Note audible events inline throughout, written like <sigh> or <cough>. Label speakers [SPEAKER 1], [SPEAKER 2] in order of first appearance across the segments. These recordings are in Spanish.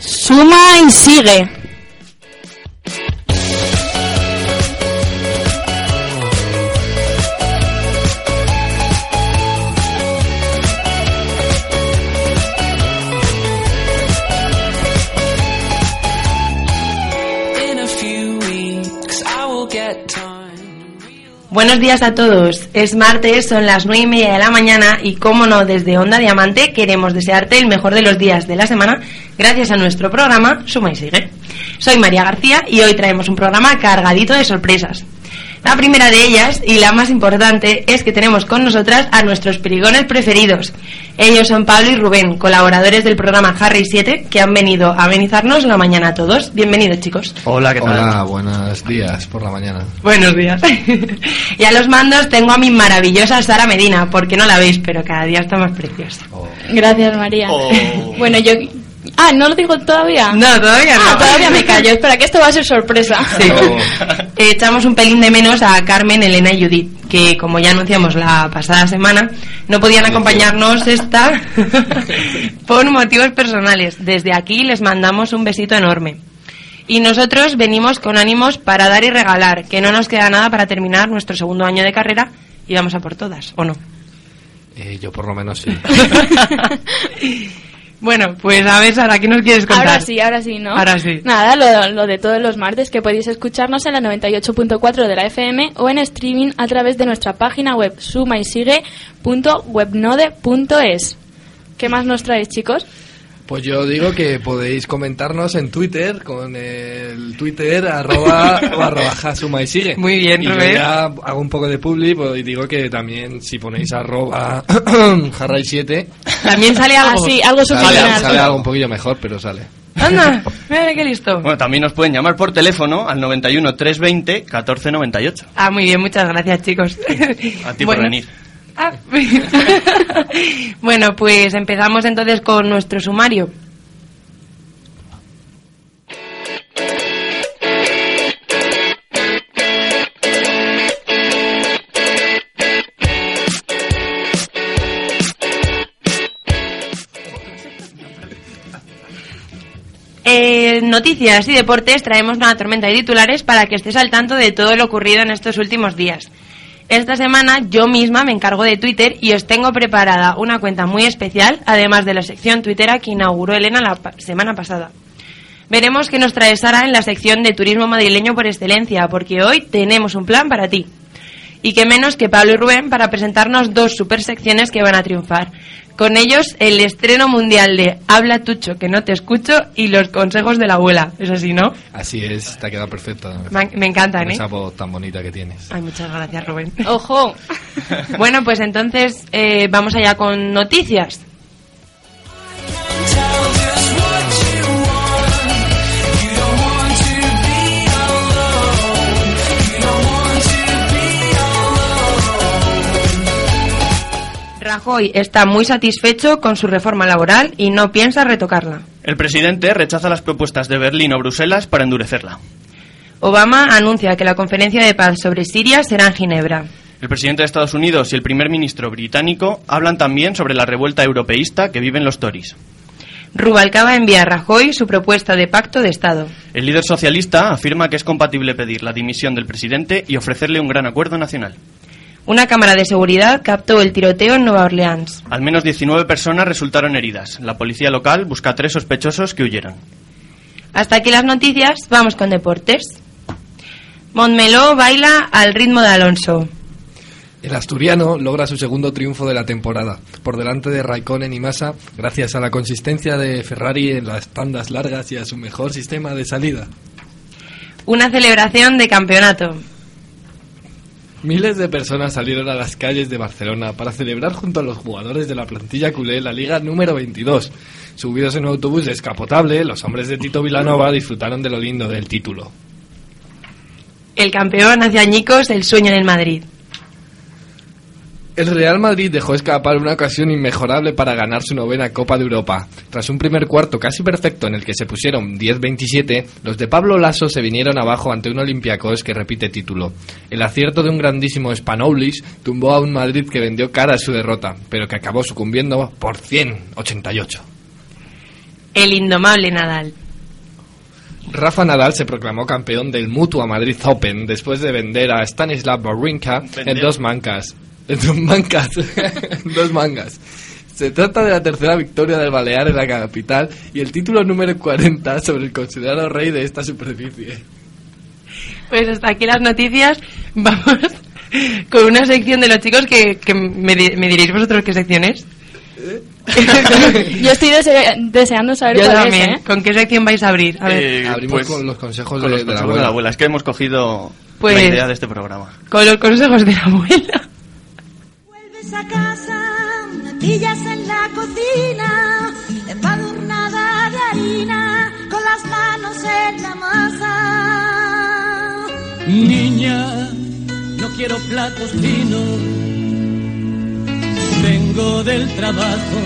[SPEAKER 1] Suma y sigue. Buenos días a todos. Es martes, son las nueve y media de la mañana y, como no, desde Onda Diamante queremos desearte el mejor de los días de la semana gracias a nuestro programa Suma y Sigue. Soy María García y hoy traemos un programa cargadito de sorpresas. La primera de ellas, y la más importante, es que tenemos con nosotras a nuestros perigones preferidos. Ellos son Pablo y Rubén, colaboradores del programa Harry 7, que han venido a amenizarnos la mañana a todos. Bienvenidos, chicos.
[SPEAKER 2] Hola, ¿qué tal?
[SPEAKER 3] Hola, buenos días por la mañana.
[SPEAKER 1] Buenos días. <laughs> y a los mandos tengo a mi maravillosa Sara Medina, porque no la veis, pero cada día está más preciosa.
[SPEAKER 4] Gracias, María.
[SPEAKER 2] Oh.
[SPEAKER 4] Bueno, yo... Ah, ¿no lo digo todavía?
[SPEAKER 1] No, todavía no.
[SPEAKER 4] Ah, todavía me callo. <laughs> Espera, que esto va a ser sorpresa.
[SPEAKER 1] Sí. Eh, Echamos un pelín de menos a Carmen, Elena y Judith, que como ya anunciamos la pasada semana, no podían acompañarnos esta por motivos personales. Desde aquí les mandamos un besito enorme. Y nosotros venimos con ánimos para dar y regalar, que no nos queda nada para terminar nuestro segundo año de carrera y vamos a por todas, ¿o no?
[SPEAKER 3] Eh, yo por lo menos sí.
[SPEAKER 1] <laughs> Bueno, pues a ver, Sara, ¿qué nos quieres contar?
[SPEAKER 4] Ahora sí, ahora sí, ¿no?
[SPEAKER 1] Ahora sí.
[SPEAKER 4] Nada, lo, lo de todos los martes que podéis escucharnos en la 98.4 de la FM o en streaming a través de nuestra página web sumaysigue.webnode.es. ¿Qué más nos traes, chicos?
[SPEAKER 3] <laughs> Pues yo digo que podéis comentarnos en Twitter con el Twitter arroba o arroba jasuma y sigue.
[SPEAKER 1] Muy bien,
[SPEAKER 3] y yo
[SPEAKER 1] Rubén.
[SPEAKER 3] ya hago un poco de publi pues, y digo que también si ponéis arroba <coughs> jarray 7
[SPEAKER 1] También sale algo.
[SPEAKER 4] Así, Ah, algo
[SPEAKER 3] sale,
[SPEAKER 4] subliminal.
[SPEAKER 3] sale algo un poquillo mejor, pero sale.
[SPEAKER 1] Anda, mira qué listo.
[SPEAKER 2] Bueno, también nos pueden llamar por teléfono al 91 320 1498.
[SPEAKER 1] Ah, muy bien, muchas gracias, chicos.
[SPEAKER 2] A ti
[SPEAKER 1] Bueno.
[SPEAKER 2] por venir.
[SPEAKER 1] Ah. <laughs> bueno, pues empezamos entonces con nuestro sumario. Eh, noticias y deportes traemos una tormenta de titulares para que estés al tanto de todo lo ocurrido en estos últimos días. Esta semana yo misma me encargo de Twitter y os tengo preparada una cuenta muy especial, además de la sección Twittera que inauguró Elena la pa- semana pasada. Veremos qué nos trae Sara en la sección de turismo madrileño por excelencia, porque hoy tenemos un plan para ti. Y qué menos que Pablo y Rubén para presentarnos dos super secciones que van a triunfar. Con ellos, el estreno mundial de Habla Tucho, que no te escucho, y los consejos de la abuela. Es así, ¿no?
[SPEAKER 3] Así es, te ha quedado perfecta.
[SPEAKER 1] Me, me encantan,
[SPEAKER 3] Con
[SPEAKER 1] ¿eh?
[SPEAKER 3] Esa voz tan bonita que tienes.
[SPEAKER 1] Ay, muchas gracias, Rubén.
[SPEAKER 4] Ojo.
[SPEAKER 1] <laughs> Bueno, pues entonces eh, vamos allá con noticias. Rajoy está muy satisfecho con su reforma laboral y no piensa retocarla.
[SPEAKER 2] El presidente rechaza las propuestas de Berlín o Bruselas para endurecerla.
[SPEAKER 1] Obama anuncia que la conferencia de paz sobre Siria será en Ginebra.
[SPEAKER 2] El presidente de Estados Unidos y el primer ministro británico hablan también sobre la revuelta europeísta que viven los Tories.
[SPEAKER 1] Rubalcaba envía a Rajoy su propuesta de pacto de Estado.
[SPEAKER 2] El líder socialista afirma que es compatible pedir la dimisión del presidente y ofrecerle un gran acuerdo nacional.
[SPEAKER 1] Una cámara de seguridad captó el tiroteo en Nueva Orleans.
[SPEAKER 2] Al menos 19 personas resultaron heridas. La policía local busca a tres sospechosos que huyeron.
[SPEAKER 1] Hasta aquí las noticias, vamos con deportes. Montmeló baila al ritmo de Alonso.
[SPEAKER 3] El asturiano logra su segundo triunfo de la temporada, por delante de Raikkonen y Massa, gracias a la consistencia de Ferrari en las tandas largas y a su mejor sistema de salida.
[SPEAKER 1] Una celebración de campeonato.
[SPEAKER 3] Miles de personas salieron a las calles de Barcelona para celebrar junto a los jugadores de la plantilla culé la Liga número 22. Subidos en un autobús descapotable, los hombres de Tito Vilanova disfrutaron de lo lindo del título.
[SPEAKER 1] El campeón hace añicos el sueño en el Madrid.
[SPEAKER 3] El Real Madrid dejó escapar una ocasión inmejorable para ganar su novena Copa de Europa. Tras un primer cuarto casi perfecto en el que se pusieron 10-27, los de Pablo Lasso se vinieron abajo ante un Olympiacos que repite título. El acierto de un grandísimo Spanoulis tumbó a un Madrid que vendió cara a su derrota, pero que acabó sucumbiendo por 188.
[SPEAKER 1] El indomable Nadal.
[SPEAKER 3] Rafa Nadal se proclamó campeón del Mutua Madrid Open después de vender a Stanislav Wawrinka en
[SPEAKER 2] Vender.
[SPEAKER 3] dos mancas. En dos mangas. <laughs> En dos mangas. Se trata de la tercera victoria del Balear en la capital y el título número 40 sobre el considerado rey de esta superficie.
[SPEAKER 1] Pues hasta aquí las noticias. <laughs> Vamos con una sección de los chicos que, que me, di- me diréis vosotros qué sección es.
[SPEAKER 4] <laughs>
[SPEAKER 1] <laughs>
[SPEAKER 4] Yo estoy dese- deseando saber
[SPEAKER 1] Yo
[SPEAKER 4] cuál
[SPEAKER 1] también.
[SPEAKER 4] es, ¿eh?
[SPEAKER 1] ¿Con qué sección vais a abrir? A ver,
[SPEAKER 2] Eh,
[SPEAKER 3] Abrimos
[SPEAKER 2] pues,
[SPEAKER 3] con los consejos,
[SPEAKER 2] con
[SPEAKER 3] de,
[SPEAKER 2] los
[SPEAKER 3] de la
[SPEAKER 2] consejos de la abuela. Es que hemos cogido
[SPEAKER 1] Pues-
[SPEAKER 2] la idea de este programa.
[SPEAKER 1] con los consejos de la abuela.
[SPEAKER 5] Vuelves a casa, me pillas en la cocina, empadurnada de harina, con las manos en la masa.
[SPEAKER 6] Niña, no quiero platos finos. Vengo del trabajo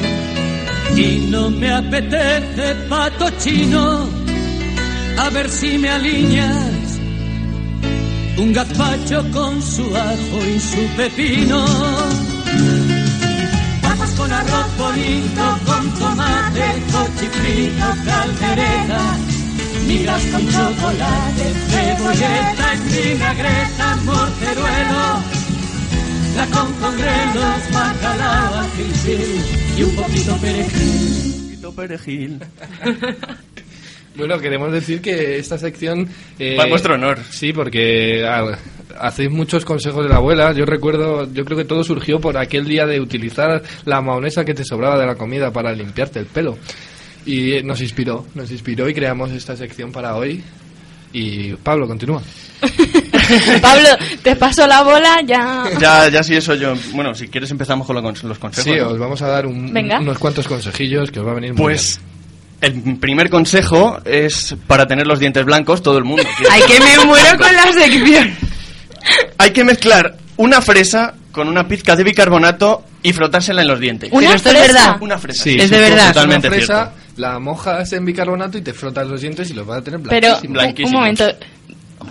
[SPEAKER 6] y no me apetece pato chino. A ver si me alineas un gazpacho con su ajo y su pepino. Papas con arroz bonito, con tomate, cochifrito, caldereta. Migas con chocolate, cebolleta en vinagreta, morteruelo. La con congrelos, bacalao, ají, sí, y un poquito perejil.
[SPEAKER 2] Perejil.
[SPEAKER 3] Bueno, queremos decir que esta sección... eh,
[SPEAKER 2] Va en vuestro honor.
[SPEAKER 3] Sí, porque ah, hacéis muchos consejos de la abuela. Yo recuerdo, yo creo que todo surgió por aquel día de utilizar la maonesa que te sobraba de la comida para limpiarte el pelo. Y eh, nos inspiró, nos inspiró y creamos esta sección para hoy. Y Pablo, continúa.
[SPEAKER 4] Pablo, te paso la bola
[SPEAKER 1] <laughs>
[SPEAKER 4] ya.
[SPEAKER 2] Ya, ya sí, eso yo. Bueno, si quieres empezamos con lo cons- los consejos.
[SPEAKER 3] Sí,
[SPEAKER 2] ¿no?
[SPEAKER 3] os vamos a dar un-
[SPEAKER 4] Venga.
[SPEAKER 3] unos cuantos consejillos que os va a venir muy
[SPEAKER 2] Pues el primer consejo es para tener los dientes blancos todo el mundo.
[SPEAKER 3] <laughs>
[SPEAKER 1] Ay, que me muero con la sección.
[SPEAKER 2] Hay que mezclar una fresa con una pizca de bicarbonato y frotársela en los dientes.
[SPEAKER 1] Pero
[SPEAKER 4] Una
[SPEAKER 1] esto es
[SPEAKER 4] fresa.
[SPEAKER 1] verdad.
[SPEAKER 2] Una fresa.
[SPEAKER 3] bien.
[SPEAKER 1] es de
[SPEAKER 2] sí,
[SPEAKER 1] verdad.
[SPEAKER 3] Coges
[SPEAKER 2] Totalmente
[SPEAKER 3] una fresa,
[SPEAKER 2] cierto.
[SPEAKER 3] la mojas en bicarbonato y te frotas los dientes y los vas a tener
[SPEAKER 4] Pero
[SPEAKER 3] blanquísimos.
[SPEAKER 4] un- un
[SPEAKER 2] Blanquísimos.
[SPEAKER 4] momento.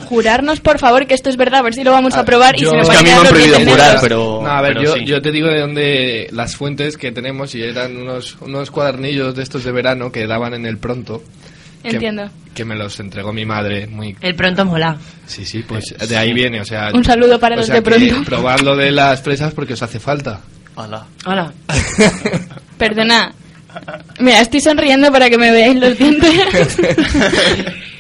[SPEAKER 4] Jurarnos, por favor, que esto es verdad, a ver si lo vamos a,
[SPEAKER 3] A ver,
[SPEAKER 4] probar y
[SPEAKER 3] Ah, yo-
[SPEAKER 4] se
[SPEAKER 3] Es
[SPEAKER 4] nos
[SPEAKER 3] que a
[SPEAKER 4] van
[SPEAKER 3] mí
[SPEAKER 4] a
[SPEAKER 3] me
[SPEAKER 4] quedar
[SPEAKER 3] han
[SPEAKER 4] los
[SPEAKER 3] prohibido
[SPEAKER 4] dientes
[SPEAKER 2] jurar,
[SPEAKER 4] negros.
[SPEAKER 2] pero-
[SPEAKER 3] No, a ver,
[SPEAKER 2] pero
[SPEAKER 3] yo,
[SPEAKER 2] sí.
[SPEAKER 3] yo te digo de dónde las fuentes que tenemos y eran unos, unos cuadernillos de estos de verano que daban en el pronto. que-
[SPEAKER 4] Entiendo.
[SPEAKER 3] Que, me los entregó mi madre. Muy,
[SPEAKER 1] El pronto mola.
[SPEAKER 3] sí, sí, pues de ahí viene. O sea,
[SPEAKER 4] Un saludo para
[SPEAKER 3] o
[SPEAKER 4] los
[SPEAKER 3] sea
[SPEAKER 4] de
[SPEAKER 3] que
[SPEAKER 4] pronto.
[SPEAKER 3] Probad lo de las fresas porque os hace
[SPEAKER 4] <laughs>
[SPEAKER 3] falta.
[SPEAKER 2] Ala.
[SPEAKER 1] Hola.
[SPEAKER 4] Perdona. Mira, estoy sonriendo para que me veáis los dientes.
[SPEAKER 3] <laughs>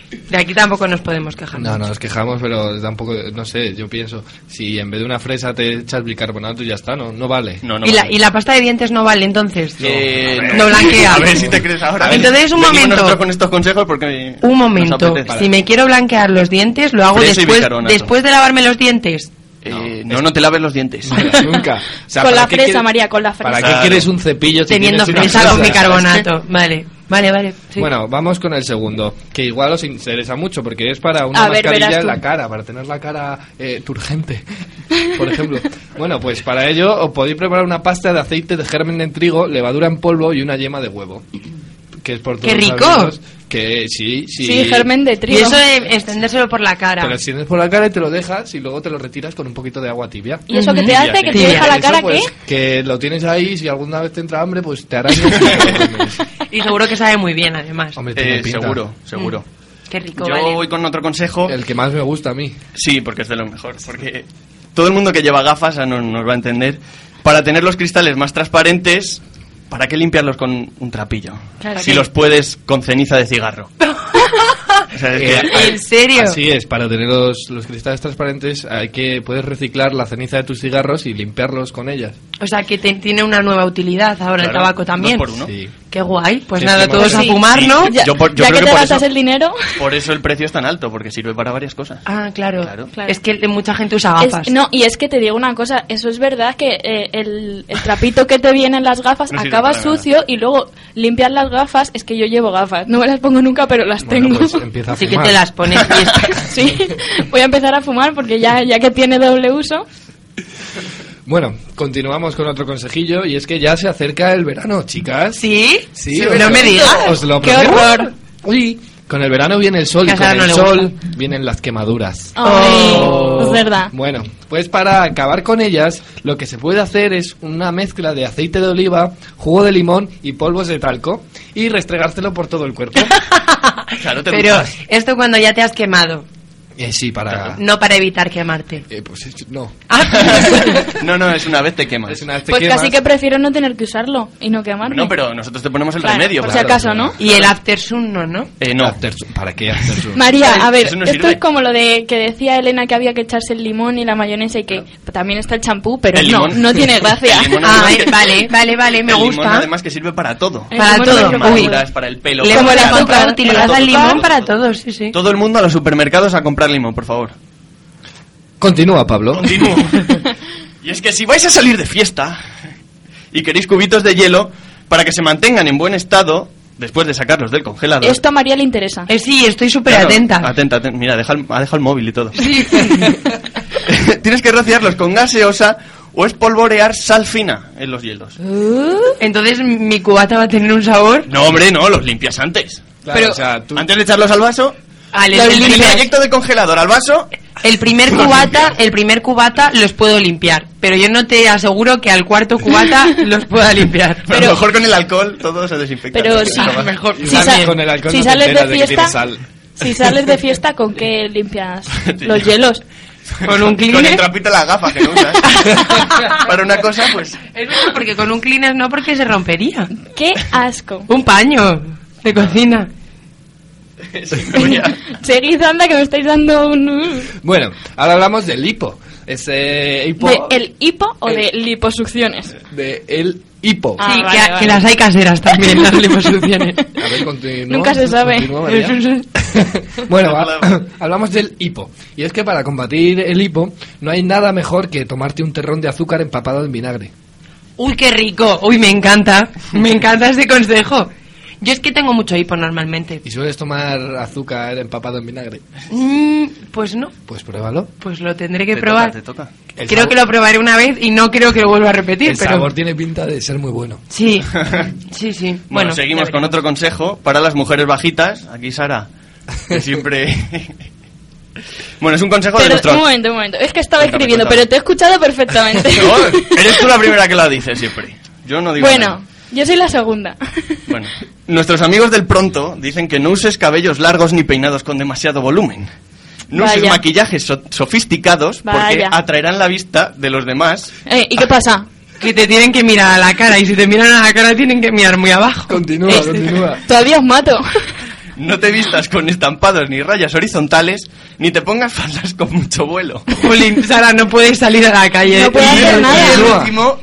[SPEAKER 1] De aquí tampoco nos podemos quejar.
[SPEAKER 3] No, no, nos quejamos, pero tampoco, no sé, yo pienso, si en vez de una fresa te echas bicarbonato y ya está, no, no vale.
[SPEAKER 2] No, no.
[SPEAKER 1] y, la,
[SPEAKER 2] vale.
[SPEAKER 1] y la pasta de dientes no vale entonces.
[SPEAKER 2] Eh,
[SPEAKER 1] no. No blanquea.
[SPEAKER 2] <laughs> A ver si te crees ahora. ¿eh?
[SPEAKER 1] Entonces, un
[SPEAKER 2] Venimos
[SPEAKER 1] momento.
[SPEAKER 2] nosotros con estos consejos porque.
[SPEAKER 1] Un
[SPEAKER 2] nos
[SPEAKER 1] momento,
[SPEAKER 2] apetece.
[SPEAKER 1] si me quiero blanquear los dientes, lo hago
[SPEAKER 2] Fresa y
[SPEAKER 1] después,
[SPEAKER 2] bicarbonato.
[SPEAKER 1] después de lavarme los dientes.
[SPEAKER 2] Eh, no, no te laves
[SPEAKER 3] <laughs>
[SPEAKER 2] los dientes.
[SPEAKER 3] Nunca, <laughs> Nunca. O sea,
[SPEAKER 4] Con
[SPEAKER 3] ¿para
[SPEAKER 4] la
[SPEAKER 3] qué
[SPEAKER 4] fresa,
[SPEAKER 3] quieres-
[SPEAKER 4] María, con la fresa.
[SPEAKER 3] ¿Para
[SPEAKER 2] Claro.
[SPEAKER 3] qué quieres un cepillo si
[SPEAKER 1] teniendo
[SPEAKER 3] tienes una
[SPEAKER 1] fresa con <laughs>
[SPEAKER 3] fresa?
[SPEAKER 1] bicarbonato. Vale, vale, vale. sí.
[SPEAKER 3] Bueno, vamos con el segundo, que igual os interesa mucho, porque es para una
[SPEAKER 4] A ver,
[SPEAKER 3] mascarilla
[SPEAKER 4] verás
[SPEAKER 3] en
[SPEAKER 4] tú.
[SPEAKER 3] la cara, para tener la cara eh, turgente, <laughs> por ejemplo. bueno, pues para ello os podéis preparar una pasta de aceite de germen de trigo, levadura en polvo y una yema de huevo. Que es por
[SPEAKER 1] ¡Qué
[SPEAKER 3] todos
[SPEAKER 1] rico!
[SPEAKER 3] sabidos Que sí, sí.
[SPEAKER 4] Sí, germen de
[SPEAKER 1] y
[SPEAKER 4] trigo.
[SPEAKER 1] eso de extendérselo por la cara.
[SPEAKER 3] Te lo extiendes por la cara y te lo dejas y luego te lo retiras con un poquito de agua tibia.
[SPEAKER 4] ¿Y eso que te
[SPEAKER 2] Ujú.
[SPEAKER 4] hace? ¿Que te
[SPEAKER 1] Sí,
[SPEAKER 4] deja la
[SPEAKER 3] Eso,
[SPEAKER 4] cara qué?
[SPEAKER 3] pues, Que lo tienes ahí y si alguna vez te entra hambre, pues te harás... lo que
[SPEAKER 4] <laughs>
[SPEAKER 3] comes.
[SPEAKER 1] Y seguro que sabe muy bien, además.
[SPEAKER 3] Hombre, tiene
[SPEAKER 2] Eh,
[SPEAKER 3] pinta. Mm.
[SPEAKER 2] seguro, seguro.
[SPEAKER 1] Qué rico,
[SPEAKER 2] Yo
[SPEAKER 1] vale.
[SPEAKER 2] voy con otro consejo.
[SPEAKER 3] El que más me gusta a mí.
[SPEAKER 2] Sí, porque es de lo mejor. Porque todo el mundo que lleva gafas ah, no- nos va a entender. Para tener los cristales más transparentes, ¿para qué limpiarlos con un trapillo?
[SPEAKER 4] Claro
[SPEAKER 2] si
[SPEAKER 4] que-
[SPEAKER 2] los puedes con ceniza
[SPEAKER 4] <laughs>
[SPEAKER 2] de cigarro. Eh, O sea, es que-
[SPEAKER 1] ¿En serio?
[SPEAKER 3] Así es, para tener los, los cristales transparentes hay que puedes reciclar la ceniza de tus cigarros y limpiarlos con ellas.
[SPEAKER 1] O sea, que te- tiene una nueva utilidad ahora el
[SPEAKER 2] Claro,
[SPEAKER 1] tabaco también.
[SPEAKER 2] dos por uno.
[SPEAKER 3] Sí.
[SPEAKER 1] Qué guay. Pues
[SPEAKER 3] Sí,
[SPEAKER 1] nada,
[SPEAKER 3] sí,
[SPEAKER 1] todos
[SPEAKER 3] sí.
[SPEAKER 1] a fumar, ¿no?
[SPEAKER 2] Y- Yo por- yo
[SPEAKER 4] ya que
[SPEAKER 2] creo que
[SPEAKER 4] te
[SPEAKER 2] por
[SPEAKER 4] gastas
[SPEAKER 2] eso-
[SPEAKER 4] el dinero,
[SPEAKER 2] Por eso el precio es tan alto, porque sirve para varias
[SPEAKER 4] <laughs>
[SPEAKER 2] cosas.
[SPEAKER 1] Ah, claro.
[SPEAKER 2] Claro.
[SPEAKER 4] Claro.
[SPEAKER 1] Es que de- mucha gente usa
[SPEAKER 4] es-
[SPEAKER 1] gafas.
[SPEAKER 4] no, y es que te digo una cosa, eso es verdad que eh, el, el trapito que te viene en las gafas
[SPEAKER 2] No sirve
[SPEAKER 4] acaba
[SPEAKER 2] para nada.
[SPEAKER 4] sucio y luego limpiar las gafas, es que yo llevo gafas, no me las pongo nunca, pero las
[SPEAKER 3] Bueno,
[SPEAKER 4] tengo.
[SPEAKER 3] pues
[SPEAKER 1] <laughs>
[SPEAKER 3] empieza a
[SPEAKER 1] Así que
[SPEAKER 3] fumar.
[SPEAKER 1] te las pones y es-
[SPEAKER 4] <laughs>
[SPEAKER 2] <laughs>
[SPEAKER 4] sí, voy a empezar a fumar porque ya, ya que tiene doble uso,
[SPEAKER 3] Bueno, continuamos con otro consejillo y es que ya se acerca el verano, chicas.
[SPEAKER 1] ¿Sí?
[SPEAKER 3] Sí, os
[SPEAKER 1] no
[SPEAKER 3] lo-
[SPEAKER 1] me digas.
[SPEAKER 3] Os lo
[SPEAKER 1] Qué
[SPEAKER 3] prometo.
[SPEAKER 1] horror.
[SPEAKER 3] Uy, con el verano viene el sol
[SPEAKER 1] Que
[SPEAKER 3] y
[SPEAKER 1] a
[SPEAKER 3] con
[SPEAKER 1] Sara no
[SPEAKER 3] el
[SPEAKER 1] le
[SPEAKER 3] sol vienen las quemaduras.
[SPEAKER 4] Ay,
[SPEAKER 1] Oh.
[SPEAKER 4] es verdad.
[SPEAKER 3] Bueno, pues para acabar con ellas, lo que se puede hacer es una mezcla de aceite de oliva, jugo de limón y polvos de talco y restregártelo por todo el
[SPEAKER 4] <laughs>
[SPEAKER 3] cuerpo.
[SPEAKER 2] Claro, te
[SPEAKER 1] Pero
[SPEAKER 2] duchas.
[SPEAKER 1] esto cuando ya te has quemado,
[SPEAKER 3] Eh, sí, para...
[SPEAKER 1] no para evitar quemarte. Ah.
[SPEAKER 3] Eh, pues eh, no.
[SPEAKER 2] <laughs> No, no, es una vez te quemas.
[SPEAKER 3] Es una este vez te
[SPEAKER 4] Pues
[SPEAKER 3] quemas.
[SPEAKER 4] casi que prefiero no tener que usarlo y no quemarme.
[SPEAKER 2] No, pero nosotros te ponemos el
[SPEAKER 4] Claro,
[SPEAKER 2] remedio.
[SPEAKER 4] Por
[SPEAKER 2] claro.
[SPEAKER 4] si acaso, ¿no?
[SPEAKER 1] y el after sun no, ¿no?
[SPEAKER 2] Eh, no.
[SPEAKER 3] After sun- ¿Para qué after sun?
[SPEAKER 4] María, a ver,
[SPEAKER 2] Eso no
[SPEAKER 4] esto
[SPEAKER 2] sirve.
[SPEAKER 4] es como lo de que decía Elena que había que echarse el limón y la mayonesa y que también está el champú, pero
[SPEAKER 2] El
[SPEAKER 4] no,
[SPEAKER 2] limón.
[SPEAKER 4] no tiene gracia.
[SPEAKER 2] <laughs> El limón
[SPEAKER 1] Ah,
[SPEAKER 2] además-
[SPEAKER 1] eh, vale, vale, vale, me
[SPEAKER 2] el
[SPEAKER 1] gusta.
[SPEAKER 2] Limón, además que sirve para todo.
[SPEAKER 4] El
[SPEAKER 1] Para
[SPEAKER 4] limón
[SPEAKER 1] todo.
[SPEAKER 4] es lo que
[SPEAKER 1] Uy.
[SPEAKER 4] mola.
[SPEAKER 2] Para el pelo.
[SPEAKER 1] Le
[SPEAKER 4] como
[SPEAKER 2] para
[SPEAKER 1] hemos
[SPEAKER 4] la
[SPEAKER 1] la
[SPEAKER 2] todo,
[SPEAKER 4] compra-
[SPEAKER 2] para
[SPEAKER 1] contrautilidad
[SPEAKER 2] todo,
[SPEAKER 1] al limón para ¿eh?
[SPEAKER 2] todo.
[SPEAKER 1] todos, sí, sí.
[SPEAKER 2] Todo el mundo a los supermercados a comprar limón, por favor.
[SPEAKER 3] Continúa, Pablo.
[SPEAKER 2] Continúo. <laughs> y es que si vais a salir de fiesta y queréis cubitos de hielo para que se mantengan en buen estado después de sacarlos del congelador.
[SPEAKER 4] Esto a María le interesa.
[SPEAKER 1] Eh, sí, estoy súper
[SPEAKER 2] Claro,
[SPEAKER 1] atenta.
[SPEAKER 2] Atenta, atenta. Mira, deja el- ha dejado el móvil y todo.
[SPEAKER 1] Sí.
[SPEAKER 2] <laughs>
[SPEAKER 1] <laughs>
[SPEAKER 2] Tienes que rociarlos con gaseosa o espolvorear sal fina en los hielos.
[SPEAKER 1] Entonces mi cubata va a tener un sabor.
[SPEAKER 2] No, hombre, no, los limpias antes.
[SPEAKER 3] Claro,
[SPEAKER 1] Pero-
[SPEAKER 3] o sea, tú...
[SPEAKER 2] Antes de echarlos al vaso,
[SPEAKER 1] Vale,
[SPEAKER 2] Ah, el,
[SPEAKER 1] los
[SPEAKER 2] el
[SPEAKER 1] limpias.
[SPEAKER 2] trayecto del congelador al vaso,
[SPEAKER 1] El primer cubata, el primer cubata los puedo limpiar, pero yo no te aseguro que al cuarto cubata los pueda limpiar.
[SPEAKER 2] pero, a lo
[SPEAKER 1] <laughs>
[SPEAKER 2] mejor con el alcohol todo se desinfecta.
[SPEAKER 4] Pero
[SPEAKER 2] Lo
[SPEAKER 4] sí.
[SPEAKER 2] más-
[SPEAKER 1] Mejor.
[SPEAKER 3] Y
[SPEAKER 4] Si
[SPEAKER 3] sales
[SPEAKER 4] sa-
[SPEAKER 3] con el alcohol
[SPEAKER 4] si
[SPEAKER 3] no te
[SPEAKER 4] sales de
[SPEAKER 3] enteras que
[SPEAKER 4] fiesta-
[SPEAKER 3] tiene sal.
[SPEAKER 4] <laughs> Si sales de fiesta, ¿con qué
[SPEAKER 2] <laughs>
[SPEAKER 4] limpias los hielos?
[SPEAKER 1] Con un
[SPEAKER 2] Con el
[SPEAKER 1] cleaner.
[SPEAKER 2] trapito de las gafas que no usas. Para una cosa, pues...
[SPEAKER 1] Es verdad, porque con un cleaner no, porque se rompería.
[SPEAKER 4] ¡Qué
[SPEAKER 2] <laughs>
[SPEAKER 4] asco!
[SPEAKER 1] Un paño de cocina.
[SPEAKER 2] sí, coña.
[SPEAKER 4] Seguid, anda, que me estáis dando un...
[SPEAKER 3] Bueno, ahora hablamos del hipo. Ese hipo...
[SPEAKER 4] ¿De el hipo o
[SPEAKER 3] El- Eh,
[SPEAKER 4] de liposucciones?
[SPEAKER 3] de el hipo.
[SPEAKER 4] Ah,
[SPEAKER 1] sí,
[SPEAKER 4] vale,
[SPEAKER 1] que,
[SPEAKER 4] vale.
[SPEAKER 1] que las hay caseras también, las liposucciones.
[SPEAKER 3] A ver, continúa,
[SPEAKER 4] Nunca se sabe.
[SPEAKER 3] continúa, María.
[SPEAKER 4] <laughs>
[SPEAKER 3] <laughs> bueno, ha- hablamos del hipo. Y es que para combatir el hipo no hay nada mejor que tomarte un terrón de azúcar empapado en vinagre.
[SPEAKER 1] Uy, qué rico. Uy, me encanta. Me encanta este consejo. Yo es que tengo mucho hipo normalmente.
[SPEAKER 3] ¿Y sueles tomar azúcar empapado en vinagre?
[SPEAKER 1] Mm, pues no,
[SPEAKER 3] Pues pruébalo.
[SPEAKER 1] pues lo tendré que
[SPEAKER 2] Te
[SPEAKER 1] probar.
[SPEAKER 2] toca, te toca.
[SPEAKER 3] El
[SPEAKER 1] creo
[SPEAKER 3] sabor-
[SPEAKER 1] que lo probaré una vez y no creo que lo vuelva a repetir.
[SPEAKER 3] el
[SPEAKER 1] pero...
[SPEAKER 3] sabor tiene pinta de ser muy bueno.
[SPEAKER 2] <laughs>
[SPEAKER 1] Sí, sí, sí. Bueno,
[SPEAKER 2] Bueno, seguimos
[SPEAKER 1] ya
[SPEAKER 2] con
[SPEAKER 1] veremos.
[SPEAKER 2] otro consejo para las mujeres bajitas. Aquí Sara, que siempre... <laughs> bueno, es un consejo de
[SPEAKER 4] Pero,
[SPEAKER 2] nuestro...
[SPEAKER 4] un momento, un momento. Es que estaba
[SPEAKER 2] Cuéntame,
[SPEAKER 4] escribiendo,
[SPEAKER 2] cuéntame.
[SPEAKER 4] pero te he escuchado perfectamente.
[SPEAKER 3] <laughs>
[SPEAKER 4] <laughs>
[SPEAKER 2] No, <laughs> eres tú la primera que la dice siempre. Yo no digo nada.
[SPEAKER 4] Bueno, yo soy la segunda. <laughs>
[SPEAKER 2] Bueno, <laughs> nuestros amigos del pronto dicen que no uses cabellos largos ni peinados con demasiado volumen. No uses
[SPEAKER 4] Vaya.
[SPEAKER 2] maquillajes so- sofisticados porque
[SPEAKER 4] Vaya.
[SPEAKER 2] atraerán la vista de los demás.
[SPEAKER 4] Eh, ¿Y qué pasa?
[SPEAKER 1] Que te tienen que mirar a la cara y si te miran a la cara tienen que mirar muy abajo.
[SPEAKER 3] Continúa,
[SPEAKER 4] <laughs>
[SPEAKER 3] continúa.
[SPEAKER 4] Eh, Todavía os mato. <laughs>
[SPEAKER 2] No te vistas con estampados ni rayas horizontales, ni te pongas faldas con
[SPEAKER 4] <laughs>
[SPEAKER 2] mucho vuelo.
[SPEAKER 1] Jolín, Sara, no puedes salir a la calle.
[SPEAKER 4] No puedo hacer
[SPEAKER 2] Y el
[SPEAKER 4] nada.
[SPEAKER 2] último,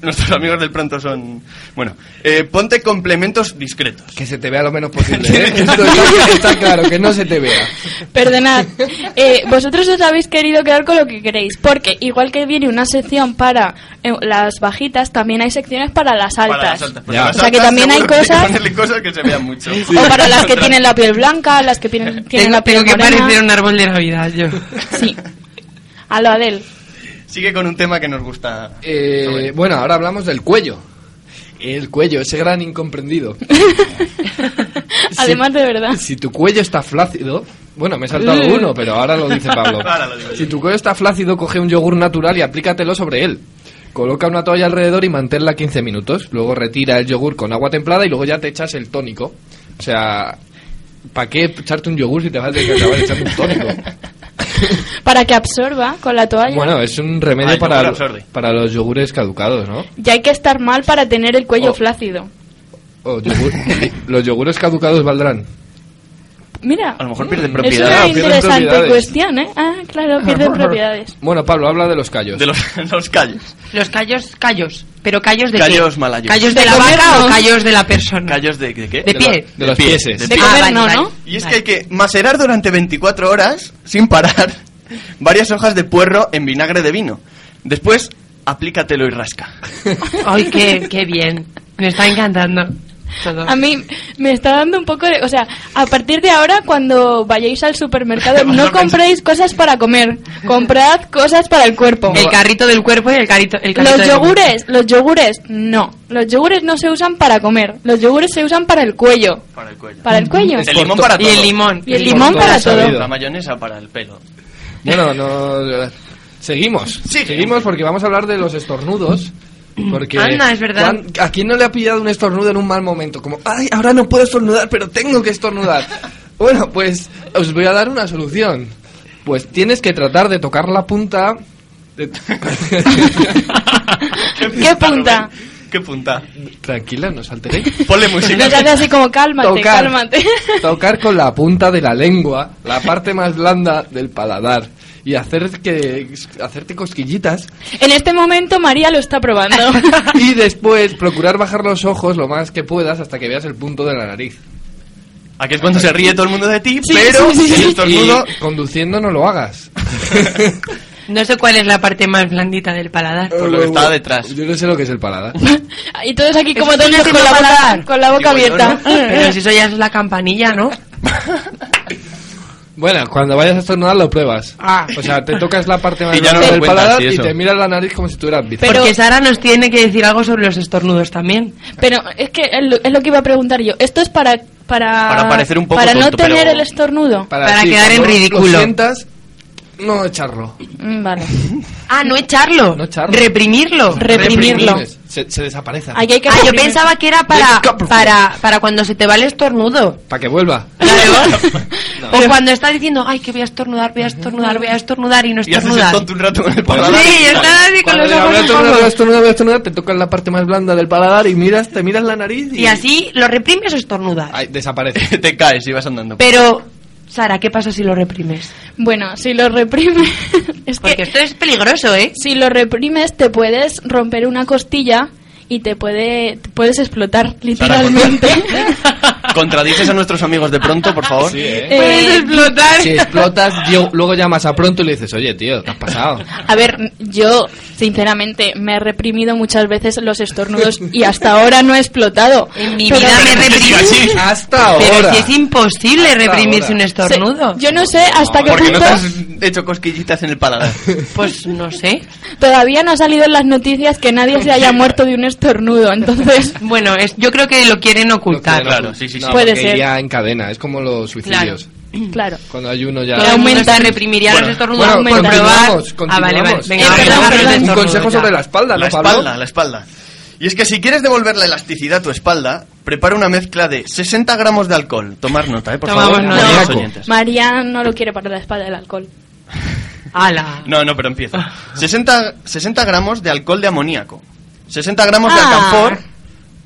[SPEAKER 2] nuestros amigos del pronto son... Bueno, eh, ponte complementos discretos.
[SPEAKER 3] Que se te vea lo menos posible.
[SPEAKER 4] <laughs>
[SPEAKER 3] ¿eh? Esto está, está claro, que no se te vea.
[SPEAKER 4] Perdonad. Eh, vosotros os habéis querido quedar con lo que queréis, porque igual que viene una sección para eh, las bajitas, también hay secciones para las altas.
[SPEAKER 2] Para las altas,
[SPEAKER 3] <laughs>
[SPEAKER 2] porque
[SPEAKER 3] Ya.
[SPEAKER 2] las
[SPEAKER 4] O sea, que
[SPEAKER 2] altas
[SPEAKER 4] también hay
[SPEAKER 2] seguro que
[SPEAKER 4] cosas-
[SPEAKER 2] que ponerle cosas que se vean mucho.
[SPEAKER 4] <laughs> O para las que tienen la piel blanca, las
[SPEAKER 3] <laughs>
[SPEAKER 4] que tienen, tienen
[SPEAKER 1] Tengo,
[SPEAKER 4] la piel
[SPEAKER 1] tengo que
[SPEAKER 4] morena.
[SPEAKER 1] parecer un árbol de Navidad yo.
[SPEAKER 4] Sí. A lo Adel.
[SPEAKER 2] Sigue con un tema que nos gusta.
[SPEAKER 3] Eh,
[SPEAKER 2] Sobre.
[SPEAKER 3] bueno, ahora hablamos del cuello. El cuello, ese gran incomprendido.
[SPEAKER 4] Además, de verdad. Mm.
[SPEAKER 3] Si tu cuello está flácido, bueno, me he saltado uno, pero ahora lo dice Pablo.
[SPEAKER 2] <laughs> Ahora lo digo yo.
[SPEAKER 3] Si tu cuello está flácido, coge un yogur natural y aplícatelo sobre él. Coloca una toalla alrededor y manténla 15 minutos. Luego retira el yogur con agua templada y luego ya te echas el tónico. O sea, ¿para qué echarte un yogur si te vas a tener que acabar echando un
[SPEAKER 4] <laughs>
[SPEAKER 3] tónico?
[SPEAKER 4] Para que absorba con la toalla.
[SPEAKER 3] Bueno, es un
[SPEAKER 2] Ah,
[SPEAKER 3] remedio
[SPEAKER 2] el yogur
[SPEAKER 3] para,
[SPEAKER 2] absorbe.
[SPEAKER 3] para los yogures caducados, ¿no?
[SPEAKER 4] Ya hay que estar mal para tener el cuello
[SPEAKER 3] Oh.
[SPEAKER 4] flácido.
[SPEAKER 2] <laughs>
[SPEAKER 3] O yogur- ¿Los yogures caducados valdrán?
[SPEAKER 4] Mira,
[SPEAKER 2] A lo mejor pierde
[SPEAKER 4] es
[SPEAKER 2] propiedad.
[SPEAKER 4] una
[SPEAKER 3] Pierde propiedades.
[SPEAKER 4] interesante cuestión, ¿eh? Ah,
[SPEAKER 3] <laughs>
[SPEAKER 4] claro, pierden propiedades.
[SPEAKER 3] Bueno, Pablo, habla de los callos.
[SPEAKER 2] Ah, De los, los callos.
[SPEAKER 1] Los callos, callos. ¿Pero callos de
[SPEAKER 2] Callos
[SPEAKER 1] qué?
[SPEAKER 2] malayos.
[SPEAKER 1] ¿Callos de,
[SPEAKER 4] De
[SPEAKER 1] la
[SPEAKER 4] comer,
[SPEAKER 1] vaca
[SPEAKER 4] no.
[SPEAKER 1] o callos de la persona?
[SPEAKER 2] ¿Callos de, de qué?
[SPEAKER 1] De pie.
[SPEAKER 3] De los
[SPEAKER 2] pie,
[SPEAKER 3] pieses.
[SPEAKER 2] de
[SPEAKER 4] De
[SPEAKER 2] pie.
[SPEAKER 4] comer
[SPEAKER 1] vale,
[SPEAKER 4] no,
[SPEAKER 1] vale.
[SPEAKER 4] ¿no?
[SPEAKER 2] Y es
[SPEAKER 1] Vale.
[SPEAKER 2] que hay que macerar durante 24 horas, sin parar, <laughs> varias hojas de puerro en vinagre de vino. Después, aplícatelo y <laughs> rasca.
[SPEAKER 1] Ay, qué, qué bien. Me está encantando todo.
[SPEAKER 4] A mí me está dando un poco de... O sea, a partir de ahora, cuando vayáis al supermercado,
[SPEAKER 2] Vas a
[SPEAKER 4] no compréis cosas para comer. Comprad cosas para el cuerpo.
[SPEAKER 1] El carrito del cuerpo y el carrito... El carrito
[SPEAKER 4] Los
[SPEAKER 1] del-
[SPEAKER 4] yogures, los yogures, no. Los yogures no se usan para comer. Los yogures se usan para el cuello.
[SPEAKER 2] Para el cuello.
[SPEAKER 4] Para el cuello.
[SPEAKER 2] El limón para todo.
[SPEAKER 1] Y el limón.
[SPEAKER 4] Y el limón
[SPEAKER 3] Por todo
[SPEAKER 4] para
[SPEAKER 3] sabido.
[SPEAKER 4] todo.
[SPEAKER 2] La mayonesa para el pelo.
[SPEAKER 3] Bueno, no. eh, Seguimos.
[SPEAKER 2] Sí.
[SPEAKER 3] Seguimos porque vamos a hablar de los estornudos. Porque
[SPEAKER 1] Anda, es verdad.
[SPEAKER 3] ¿cuán- ¿A quién no le ha pillado un estornudo en un mal momento? Como, ay, ahora no puedo estornudar, pero tengo
[SPEAKER 1] <laughs>
[SPEAKER 3] que estornudar. bueno, pues os voy a dar una solución. Pues tienes que tratar de tocar la punta. de-
[SPEAKER 1] <laughs>
[SPEAKER 2] <laughs>
[SPEAKER 4] ¿Qué punta?
[SPEAKER 2] Rubén? ¿Qué punta?
[SPEAKER 3] Tranquila, no salteréis.
[SPEAKER 2] Ponle
[SPEAKER 4] Nos
[SPEAKER 2] música.
[SPEAKER 4] hace así como cálmate,
[SPEAKER 1] <laughs>
[SPEAKER 3] Tocar.
[SPEAKER 4] cálmate. <laughs>
[SPEAKER 3] tocar con la punta de la lengua la parte más blanda del paladar y hacer que hacerte cosquillitas
[SPEAKER 4] En este momento María lo
[SPEAKER 1] <laughs>
[SPEAKER 4] está probando.
[SPEAKER 3] y después procurar bajar los ojos lo más que puedas hasta que veas el punto de la nariz.
[SPEAKER 2] Aquí es cuando se ríe todo el mundo de ti,
[SPEAKER 4] Sí,
[SPEAKER 2] pero
[SPEAKER 4] sí, sí.
[SPEAKER 2] el estornudo...
[SPEAKER 3] Y conduciendo no lo hagas.
[SPEAKER 1] No sé cuál es la parte más blandita del paladar.
[SPEAKER 2] Por lo que estaba detrás.
[SPEAKER 3] Yo no sé lo que es el paladar.
[SPEAKER 4] y todos aquí como
[SPEAKER 1] Eso
[SPEAKER 4] tontos
[SPEAKER 1] tiene
[SPEAKER 4] con la
[SPEAKER 1] sentido
[SPEAKER 4] boca,
[SPEAKER 1] paladar.
[SPEAKER 4] con la boca
[SPEAKER 2] Digo yo,
[SPEAKER 4] abierta.
[SPEAKER 1] Pero si eso ya es la campanilla,
[SPEAKER 4] <laughs>
[SPEAKER 1] ¿no?
[SPEAKER 3] Bueno, cuando vayas a estornudar lo pruebas.
[SPEAKER 1] Ah.
[SPEAKER 3] O sea, te tocas la parte más
[SPEAKER 2] Y ya no
[SPEAKER 3] blanda
[SPEAKER 2] lo
[SPEAKER 3] del
[SPEAKER 2] cuentas,
[SPEAKER 3] paladar
[SPEAKER 2] sí,
[SPEAKER 3] y
[SPEAKER 2] eso.
[SPEAKER 3] te miras la nariz como si tuvieras bici.
[SPEAKER 4] Pero-
[SPEAKER 1] Porque Sara nos tiene que decir algo sobre los estornudos también.
[SPEAKER 4] Pero es que es lo, es lo que iba a preguntar yo. Esto es para para
[SPEAKER 2] Para parecer un poco
[SPEAKER 4] para no
[SPEAKER 2] tonto, pero-
[SPEAKER 4] tener el estornudo.
[SPEAKER 1] para quedar en
[SPEAKER 3] cuando lo
[SPEAKER 1] ridículo.
[SPEAKER 3] sientas, no echarlo.
[SPEAKER 4] Mm, Vale.
[SPEAKER 1] Ah, no echarlo.
[SPEAKER 3] No echarlo.
[SPEAKER 1] Reprimirlo.
[SPEAKER 4] Reprimirlo.
[SPEAKER 3] Reprimes, Se, se desaparece.
[SPEAKER 4] Aquí hay que
[SPEAKER 1] Ah, yo
[SPEAKER 4] reprimir.
[SPEAKER 1] pensaba que era para, para, para cuando se te va el
[SPEAKER 4] <laughs>
[SPEAKER 1] estornudo.
[SPEAKER 3] Para que vuelva.
[SPEAKER 1] O cuando estás diciendo, ay, que voy a estornudar, voy a estornudar, voy a estornudar y no
[SPEAKER 2] Y haces el
[SPEAKER 1] estornudas.
[SPEAKER 2] tonto un rato con el paladar.
[SPEAKER 1] Sí,
[SPEAKER 2] <laughs>
[SPEAKER 1] estás así con
[SPEAKER 3] Cuando
[SPEAKER 1] los
[SPEAKER 3] diga, voy a
[SPEAKER 1] ojos
[SPEAKER 3] estornudar, voy a
[SPEAKER 1] rojos.
[SPEAKER 3] estornudar, voy a estornudar, te tocas la parte más blanda del paladar y miras, te miras la nariz y,
[SPEAKER 1] Y así lo reprimes o estornudas.
[SPEAKER 3] Ay, desaparece.
[SPEAKER 2] Te caes y vas andando.
[SPEAKER 1] Pero, Sara, ¿qué pasa si lo reprimes?
[SPEAKER 4] Bueno, si lo reprimes <laughs> es
[SPEAKER 1] Porque
[SPEAKER 4] que
[SPEAKER 1] esto es peligroso, ¿eh?
[SPEAKER 4] si lo reprimes te puedes romper una costilla y te puede te puedes explotar literalmente.
[SPEAKER 2] <laughs> Contradices a nuestros amigos de pronto, por favor.
[SPEAKER 4] Eh,
[SPEAKER 1] explotar.
[SPEAKER 3] Si explotas, yo- luego llamas a pronto y le dices, oye, tío, ¿qué has pasado?
[SPEAKER 4] A ver, yo sinceramente me he reprimido muchas veces los estornudos y hasta ahora no he explotado.
[SPEAKER 1] En mi
[SPEAKER 4] Pero-
[SPEAKER 1] vida me
[SPEAKER 2] que siga
[SPEAKER 1] reprimí.
[SPEAKER 2] así.
[SPEAKER 3] <laughs> Hasta
[SPEAKER 1] Pero
[SPEAKER 3] ahora.
[SPEAKER 1] si es imposible
[SPEAKER 3] Hasta
[SPEAKER 1] reprimirse
[SPEAKER 3] ahora.
[SPEAKER 1] un estornudo.
[SPEAKER 4] Se- Yo no sé hasta qué
[SPEAKER 2] Porque
[SPEAKER 4] punto
[SPEAKER 2] no te has hecho cosquillitas en el paladar.
[SPEAKER 1] Pues no sé.
[SPEAKER 4] todavía no ha salido en las noticias que nadie se haya muerto de un estornudo. Entonces,
[SPEAKER 1] <laughs> Bueno, es, yo creo que lo quieren ocultar.
[SPEAKER 2] Lo claro, sí, sí, sí.
[SPEAKER 4] Puede
[SPEAKER 3] porque
[SPEAKER 4] ser.
[SPEAKER 3] iría en cadena, es como los suicidios.
[SPEAKER 4] claro.
[SPEAKER 3] Cuando hay uno ya...
[SPEAKER 1] Todo el mundo
[SPEAKER 4] Aumentan.
[SPEAKER 1] se reprimiría
[SPEAKER 2] Bueno,
[SPEAKER 1] los estornudos
[SPEAKER 3] Bueno,
[SPEAKER 1] por probar.
[SPEAKER 3] continuamos,
[SPEAKER 1] Ah, vale, vale.
[SPEAKER 3] continuamos.
[SPEAKER 1] Venga,
[SPEAKER 4] Eh,
[SPEAKER 1] vamos a
[SPEAKER 4] perdón,
[SPEAKER 1] hablar de
[SPEAKER 3] Un
[SPEAKER 4] perdón.
[SPEAKER 1] estornudos,
[SPEAKER 3] consejo
[SPEAKER 1] ya.
[SPEAKER 3] sobre la espalda,
[SPEAKER 2] La
[SPEAKER 3] ¿no, Pablo?
[SPEAKER 2] espalda, la espalda. Y es que si quieres devolver la elasticidad a tu espalda, prepara una mezcla de 60 gramos de alcohol. Tomar nota, ¿eh? Por
[SPEAKER 1] Tomamos
[SPEAKER 2] favor,
[SPEAKER 1] nota.
[SPEAKER 2] amigos
[SPEAKER 3] Maníaco.
[SPEAKER 2] oyentes.
[SPEAKER 4] María no lo quiere para la espalda del alcohol.
[SPEAKER 1] Ala.
[SPEAKER 2] No, no, pero empieza. 60, 60 gramos de alcohol de amoníaco, 60 gramos de
[SPEAKER 4] Ah.
[SPEAKER 2] alcanfor,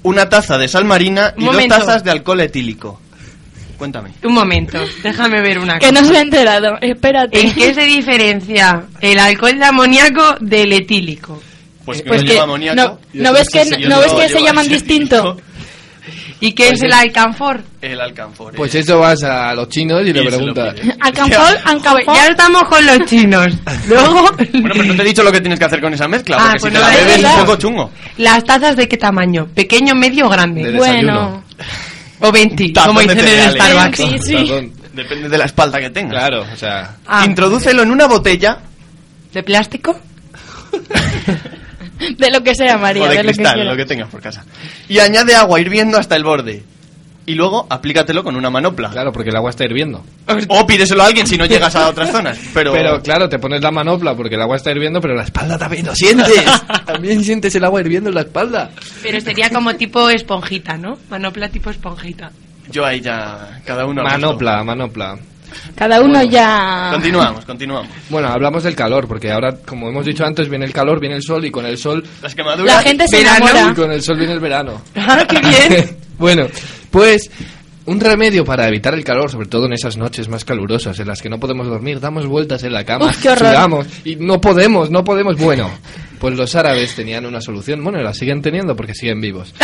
[SPEAKER 2] una taza de sal marina y
[SPEAKER 1] Un momento.
[SPEAKER 2] dos tazas de alcohol etílico. Cuéntame.
[SPEAKER 1] Un momento, déjame ver una
[SPEAKER 4] Que
[SPEAKER 1] cosa.
[SPEAKER 4] no se ha enterado. Espérate.
[SPEAKER 1] Ah, ¿En
[SPEAKER 4] <laughs>
[SPEAKER 1] qué se diferencia el alcohol de amoníaco del etílico?
[SPEAKER 2] Pues que
[SPEAKER 4] Pues
[SPEAKER 2] no
[SPEAKER 4] que
[SPEAKER 2] lleva
[SPEAKER 4] no,
[SPEAKER 2] amoníaco.
[SPEAKER 3] Yo
[SPEAKER 4] no
[SPEAKER 3] sé
[SPEAKER 4] ves
[SPEAKER 3] si
[SPEAKER 4] que,
[SPEAKER 3] se-
[SPEAKER 4] no,
[SPEAKER 3] yo
[SPEAKER 4] ves
[SPEAKER 3] no
[SPEAKER 4] que
[SPEAKER 2] lleva
[SPEAKER 4] se
[SPEAKER 2] <laughs>
[SPEAKER 4] llaman
[SPEAKER 2] ese
[SPEAKER 4] distinto.
[SPEAKER 2] tipo,
[SPEAKER 1] ¿Y qué
[SPEAKER 2] Pues
[SPEAKER 1] es el alcanfor?
[SPEAKER 2] El alcanfor.
[SPEAKER 3] Pues
[SPEAKER 2] eh.
[SPEAKER 3] eso vas a los chinos y
[SPEAKER 2] Y
[SPEAKER 3] le
[SPEAKER 2] se lo
[SPEAKER 3] preguntas...
[SPEAKER 2] pide.
[SPEAKER 4] Alcanfor,
[SPEAKER 1] Joder, Ya
[SPEAKER 4] alcanfor.
[SPEAKER 1] estamos con los
[SPEAKER 2] <laughs>
[SPEAKER 1] chinos. Luego,
[SPEAKER 2] Bueno, pero no te he dicho lo que tienes que hacer con esa mezcla,
[SPEAKER 1] Ah,
[SPEAKER 2] porque
[SPEAKER 1] pues
[SPEAKER 2] si te
[SPEAKER 1] no,
[SPEAKER 2] la
[SPEAKER 1] es
[SPEAKER 2] bebes es
[SPEAKER 1] verdad.
[SPEAKER 2] un poco chungo.
[SPEAKER 1] ¿las tazas de qué tamaño? ¿Pequeño, medio o grande?
[SPEAKER 3] De
[SPEAKER 4] Bueno,
[SPEAKER 1] O 20,
[SPEAKER 2] Tazón
[SPEAKER 1] como
[SPEAKER 2] de
[SPEAKER 1] dicen en el
[SPEAKER 2] cereales.
[SPEAKER 1] Starbucks.
[SPEAKER 4] Sí, sí.
[SPEAKER 3] Perdón.
[SPEAKER 2] Depende de la espalda que tengas.
[SPEAKER 3] Claro, o sea...
[SPEAKER 1] Ah,
[SPEAKER 2] Introdúcelo en una botella
[SPEAKER 1] ¿De plástico?
[SPEAKER 4] de lo que sea, María,
[SPEAKER 2] o
[SPEAKER 4] de,
[SPEAKER 2] de
[SPEAKER 4] lo que
[SPEAKER 2] cristal,
[SPEAKER 4] quiera.
[SPEAKER 2] lo que tengas por casa. Y añade agua hirviendo hasta el borde. Y luego aplícatelo con una manopla.
[SPEAKER 3] Claro, porque el agua está hirviendo.
[SPEAKER 4] pues
[SPEAKER 2] O pídeselo a alguien si no llegas a otras zonas.
[SPEAKER 4] <laughs>
[SPEAKER 2] Pero,
[SPEAKER 3] Pero claro, te pones la manopla porque el agua está hirviendo, pero la espalda también lo
[SPEAKER 4] <laughs>
[SPEAKER 2] <laughs>
[SPEAKER 3] sientes. también sientes el agua hirviendo en la espalda.
[SPEAKER 1] Pero sería como tipo esponjita, ¿no? Manopla tipo esponjita.
[SPEAKER 2] yo ahí ya, cada uno... a gusto.
[SPEAKER 3] Manopla, manopla.
[SPEAKER 4] Cada uno ya. <laughs>
[SPEAKER 2] Continuamos, continuamos.
[SPEAKER 3] Bueno, hablamos del calor, porque ahora, como hemos dicho antes, viene el calor, viene el sol y con el sol...
[SPEAKER 2] Las quemaduras...
[SPEAKER 4] La gente se
[SPEAKER 1] Verano.
[SPEAKER 3] <laughs>
[SPEAKER 4] enamora.
[SPEAKER 3] Y con el sol viene el verano.
[SPEAKER 1] ¡Ah, qué bien!
[SPEAKER 3] bueno, pues Un remedio para evitar el calor, sobre todo en esas noches más calurosas en las que no podemos dormir, damos vueltas en la cama,
[SPEAKER 4] Uf, qué horror.
[SPEAKER 3] sudamos y no podemos, no podemos. Bueno, pues los árabes tenían una solución, bueno, la siguen teniendo porque siguen
[SPEAKER 4] <laughs>
[SPEAKER 3] vivos.